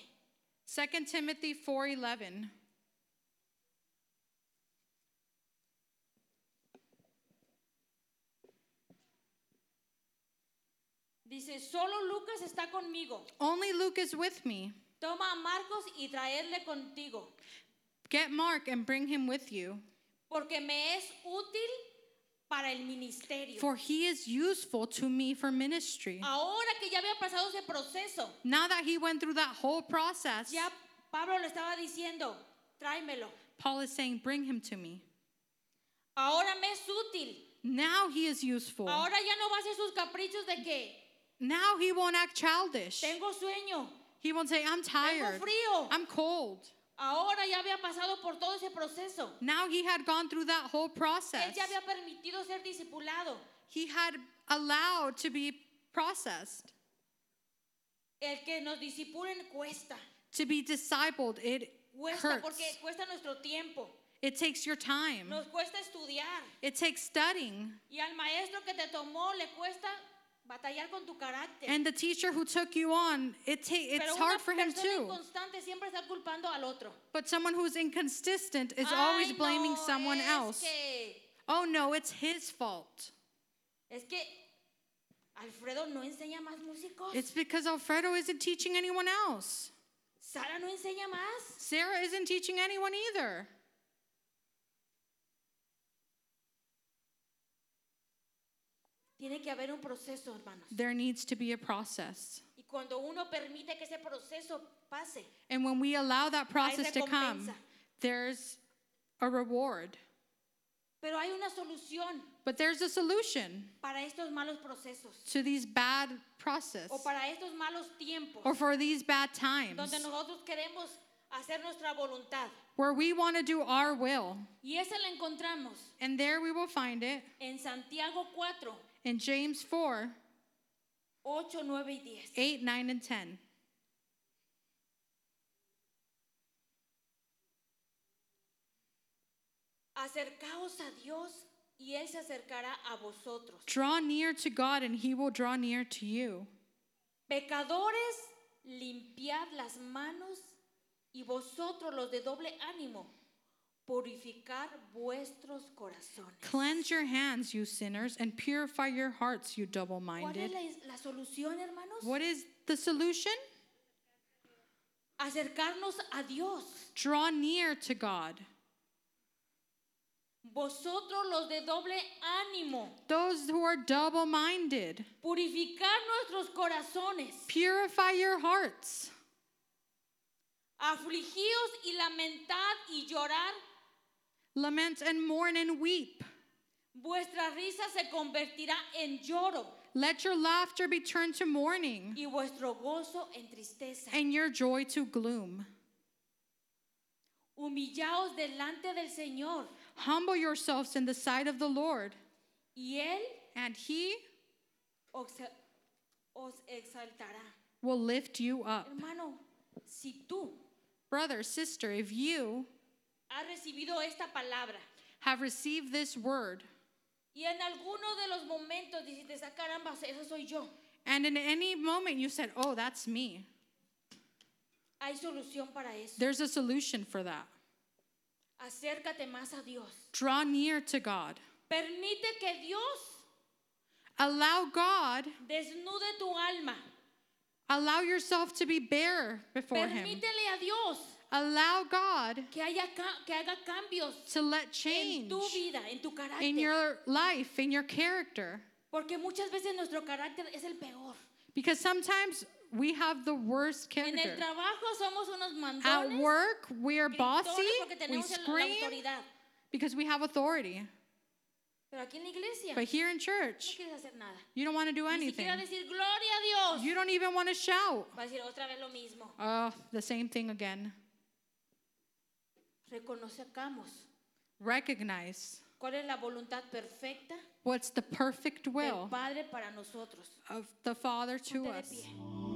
[SPEAKER 2] 2 Timothy 4:11.
[SPEAKER 1] Dice, solo Lucas está conmigo.
[SPEAKER 2] Only Luke is with me.
[SPEAKER 1] Toma a Marcos y traedle contigo,
[SPEAKER 2] Get Mark and bring him with you,
[SPEAKER 1] porque me es útil para el ministerio.
[SPEAKER 2] for he is useful to me for ministry.
[SPEAKER 1] Ahora que ya había pasado ese proceso,
[SPEAKER 2] Now that he went through that whole process,
[SPEAKER 1] ya Pablo le estaba diciendo, tráemelo.
[SPEAKER 2] Paul is saying, Bring him to me.
[SPEAKER 1] Ahora me es útil.
[SPEAKER 2] Now he is useful.
[SPEAKER 1] Ahora ya no va a hacer sus caprichos de que
[SPEAKER 2] Now he won't act childish.
[SPEAKER 1] tengo sueño,
[SPEAKER 2] He won't say, I'm
[SPEAKER 1] tengo
[SPEAKER 2] tired.
[SPEAKER 1] frío.
[SPEAKER 2] I'm cold.
[SPEAKER 1] Ahora ya había pasado por todo ese proceso.
[SPEAKER 2] Now he had gone through that whole
[SPEAKER 1] Él
[SPEAKER 2] process.
[SPEAKER 1] ya había permitido ser discipulado.
[SPEAKER 2] He had allowed to be processed.
[SPEAKER 1] El que nos disipulen cuesta.
[SPEAKER 2] To be discipled, it
[SPEAKER 1] Cuesta
[SPEAKER 2] hurts.
[SPEAKER 1] porque cuesta nuestro tiempo.
[SPEAKER 2] It takes your time.
[SPEAKER 1] Nos cuesta estudiar.
[SPEAKER 2] It takes studying.
[SPEAKER 1] Y al maestro que te tomó le cuesta batallar con tu carácter.
[SPEAKER 2] And the teacher who took you on, it ta-
[SPEAKER 1] Pero
[SPEAKER 2] it's
[SPEAKER 1] una
[SPEAKER 2] hard for him
[SPEAKER 1] persona
[SPEAKER 2] too.
[SPEAKER 1] inconstante siempre está culpando al otro.
[SPEAKER 2] But someone who's inconsistent is always
[SPEAKER 1] Ay,
[SPEAKER 2] blaming
[SPEAKER 1] no,
[SPEAKER 2] someone
[SPEAKER 1] es
[SPEAKER 2] else.
[SPEAKER 1] que-
[SPEAKER 2] Oh no, it's his fault.
[SPEAKER 1] es que Alfredo no enseña más músicos.
[SPEAKER 2] It's because Alfredo isn't teaching anyone else.
[SPEAKER 1] Sara no enseña más.
[SPEAKER 2] Sarah isn't teaching anyone either.
[SPEAKER 1] Tiene que haber un proceso, hermanos.
[SPEAKER 2] There needs to be a process.
[SPEAKER 1] Y cuando uno permite que ese proceso pase,
[SPEAKER 2] And when we allow that process to come,
[SPEAKER 1] recompensa.
[SPEAKER 2] there's a reward.
[SPEAKER 1] pero hay una solución
[SPEAKER 2] But there's a solution
[SPEAKER 1] para estos malos procesos
[SPEAKER 2] to these bad process
[SPEAKER 1] o para estos malos tiempos
[SPEAKER 2] or for these bad times
[SPEAKER 1] donde nosotros queremos hacer nuestra voluntad.
[SPEAKER 2] where we want to do our will.
[SPEAKER 1] Y esa la encontramos
[SPEAKER 2] And there we will find it
[SPEAKER 1] en Santiago 4,
[SPEAKER 2] in James 4
[SPEAKER 1] 8, 9 y 10.
[SPEAKER 2] 8, 9, and 10.
[SPEAKER 1] Acercaos a Dios y Él se acercará a vosotros.
[SPEAKER 2] Draw near to God, and he will draw near to you.
[SPEAKER 1] Pecadores, limpiad las manos y vosotros los de doble ánimo, purificar vuestros corazones.
[SPEAKER 2] Cleanse your hands, you sinners, and purify your hearts, you double
[SPEAKER 1] ¿Cuál es
[SPEAKER 2] minded.
[SPEAKER 1] la, la solución, hermanos?
[SPEAKER 2] What is the solution?
[SPEAKER 1] Acercarnos a Dios.
[SPEAKER 2] Draw near to God.
[SPEAKER 1] Vosotros los de doble ánimo,
[SPEAKER 2] Those who are double minded,
[SPEAKER 1] purificar nuestros corazones.
[SPEAKER 2] purify your hearts.
[SPEAKER 1] Afligíos y lamentad y llorar.
[SPEAKER 2] Lament and mourn and weep.
[SPEAKER 1] Vuestra risa se convertirá en lloro
[SPEAKER 2] Let your laughter be turned to mourning,
[SPEAKER 1] y vuestro gozo en tristeza.
[SPEAKER 2] and your joy to gloom.
[SPEAKER 1] Humillaos delante del Señor
[SPEAKER 2] Humble yourselves in the sight of the Lord,
[SPEAKER 1] y Él
[SPEAKER 2] and he
[SPEAKER 1] os, os exaltará.
[SPEAKER 2] will lift you up.
[SPEAKER 1] Hermano, si tú
[SPEAKER 2] Brother, sister, if you
[SPEAKER 1] has recibido esta palabra
[SPEAKER 2] have received this word,
[SPEAKER 1] y en alguno de los momentos dijiste, ah, caramba, eso soy yo,
[SPEAKER 2] And in any moment you said, Oh, that's me.
[SPEAKER 1] hay solución para eso.
[SPEAKER 2] There's a solution for that.
[SPEAKER 1] Acércate más a Dios.
[SPEAKER 2] Draw near to God.
[SPEAKER 1] Permite que Dios
[SPEAKER 2] Allow God,
[SPEAKER 1] desnude tu alma.
[SPEAKER 2] allow yourself to be bare before Him.
[SPEAKER 1] Permítele a Dios
[SPEAKER 2] Allow God
[SPEAKER 1] que, haya ca- que haga cambios
[SPEAKER 2] to let
[SPEAKER 1] en
[SPEAKER 2] change
[SPEAKER 1] tu vida, en tu
[SPEAKER 2] in
[SPEAKER 1] carácter.
[SPEAKER 2] your life, in your character.
[SPEAKER 1] Porque muchas veces nuestro carácter es el peor.
[SPEAKER 2] Because sometimes we have the worst
[SPEAKER 1] En el
[SPEAKER 2] character.
[SPEAKER 1] trabajo somos unos
[SPEAKER 2] At
[SPEAKER 1] mandones,
[SPEAKER 2] work, we're bossy,
[SPEAKER 1] gritones, eh, porque
[SPEAKER 2] we
[SPEAKER 1] tenemos el- la
[SPEAKER 2] scream
[SPEAKER 1] autoridad.
[SPEAKER 2] because we have authority.
[SPEAKER 1] Pero aquí en la iglesia
[SPEAKER 2] But
[SPEAKER 1] no
[SPEAKER 2] here in church,
[SPEAKER 1] quieres hacer nada.
[SPEAKER 2] you don't want to do
[SPEAKER 1] Ni siquiera
[SPEAKER 2] anything.
[SPEAKER 1] decir gloria a Dios.
[SPEAKER 2] You don't even want to shout.
[SPEAKER 1] Va a decir otra vez lo mismo.
[SPEAKER 2] Oh, the same thing again.
[SPEAKER 1] Reconozcamos
[SPEAKER 2] Recognize
[SPEAKER 1] cuál es la voluntad perfecta
[SPEAKER 2] what's the perfect
[SPEAKER 1] del
[SPEAKER 2] will
[SPEAKER 1] Padre para nosotros.
[SPEAKER 2] of the Father to
[SPEAKER 1] Ponte de
[SPEAKER 2] us.
[SPEAKER 1] pie.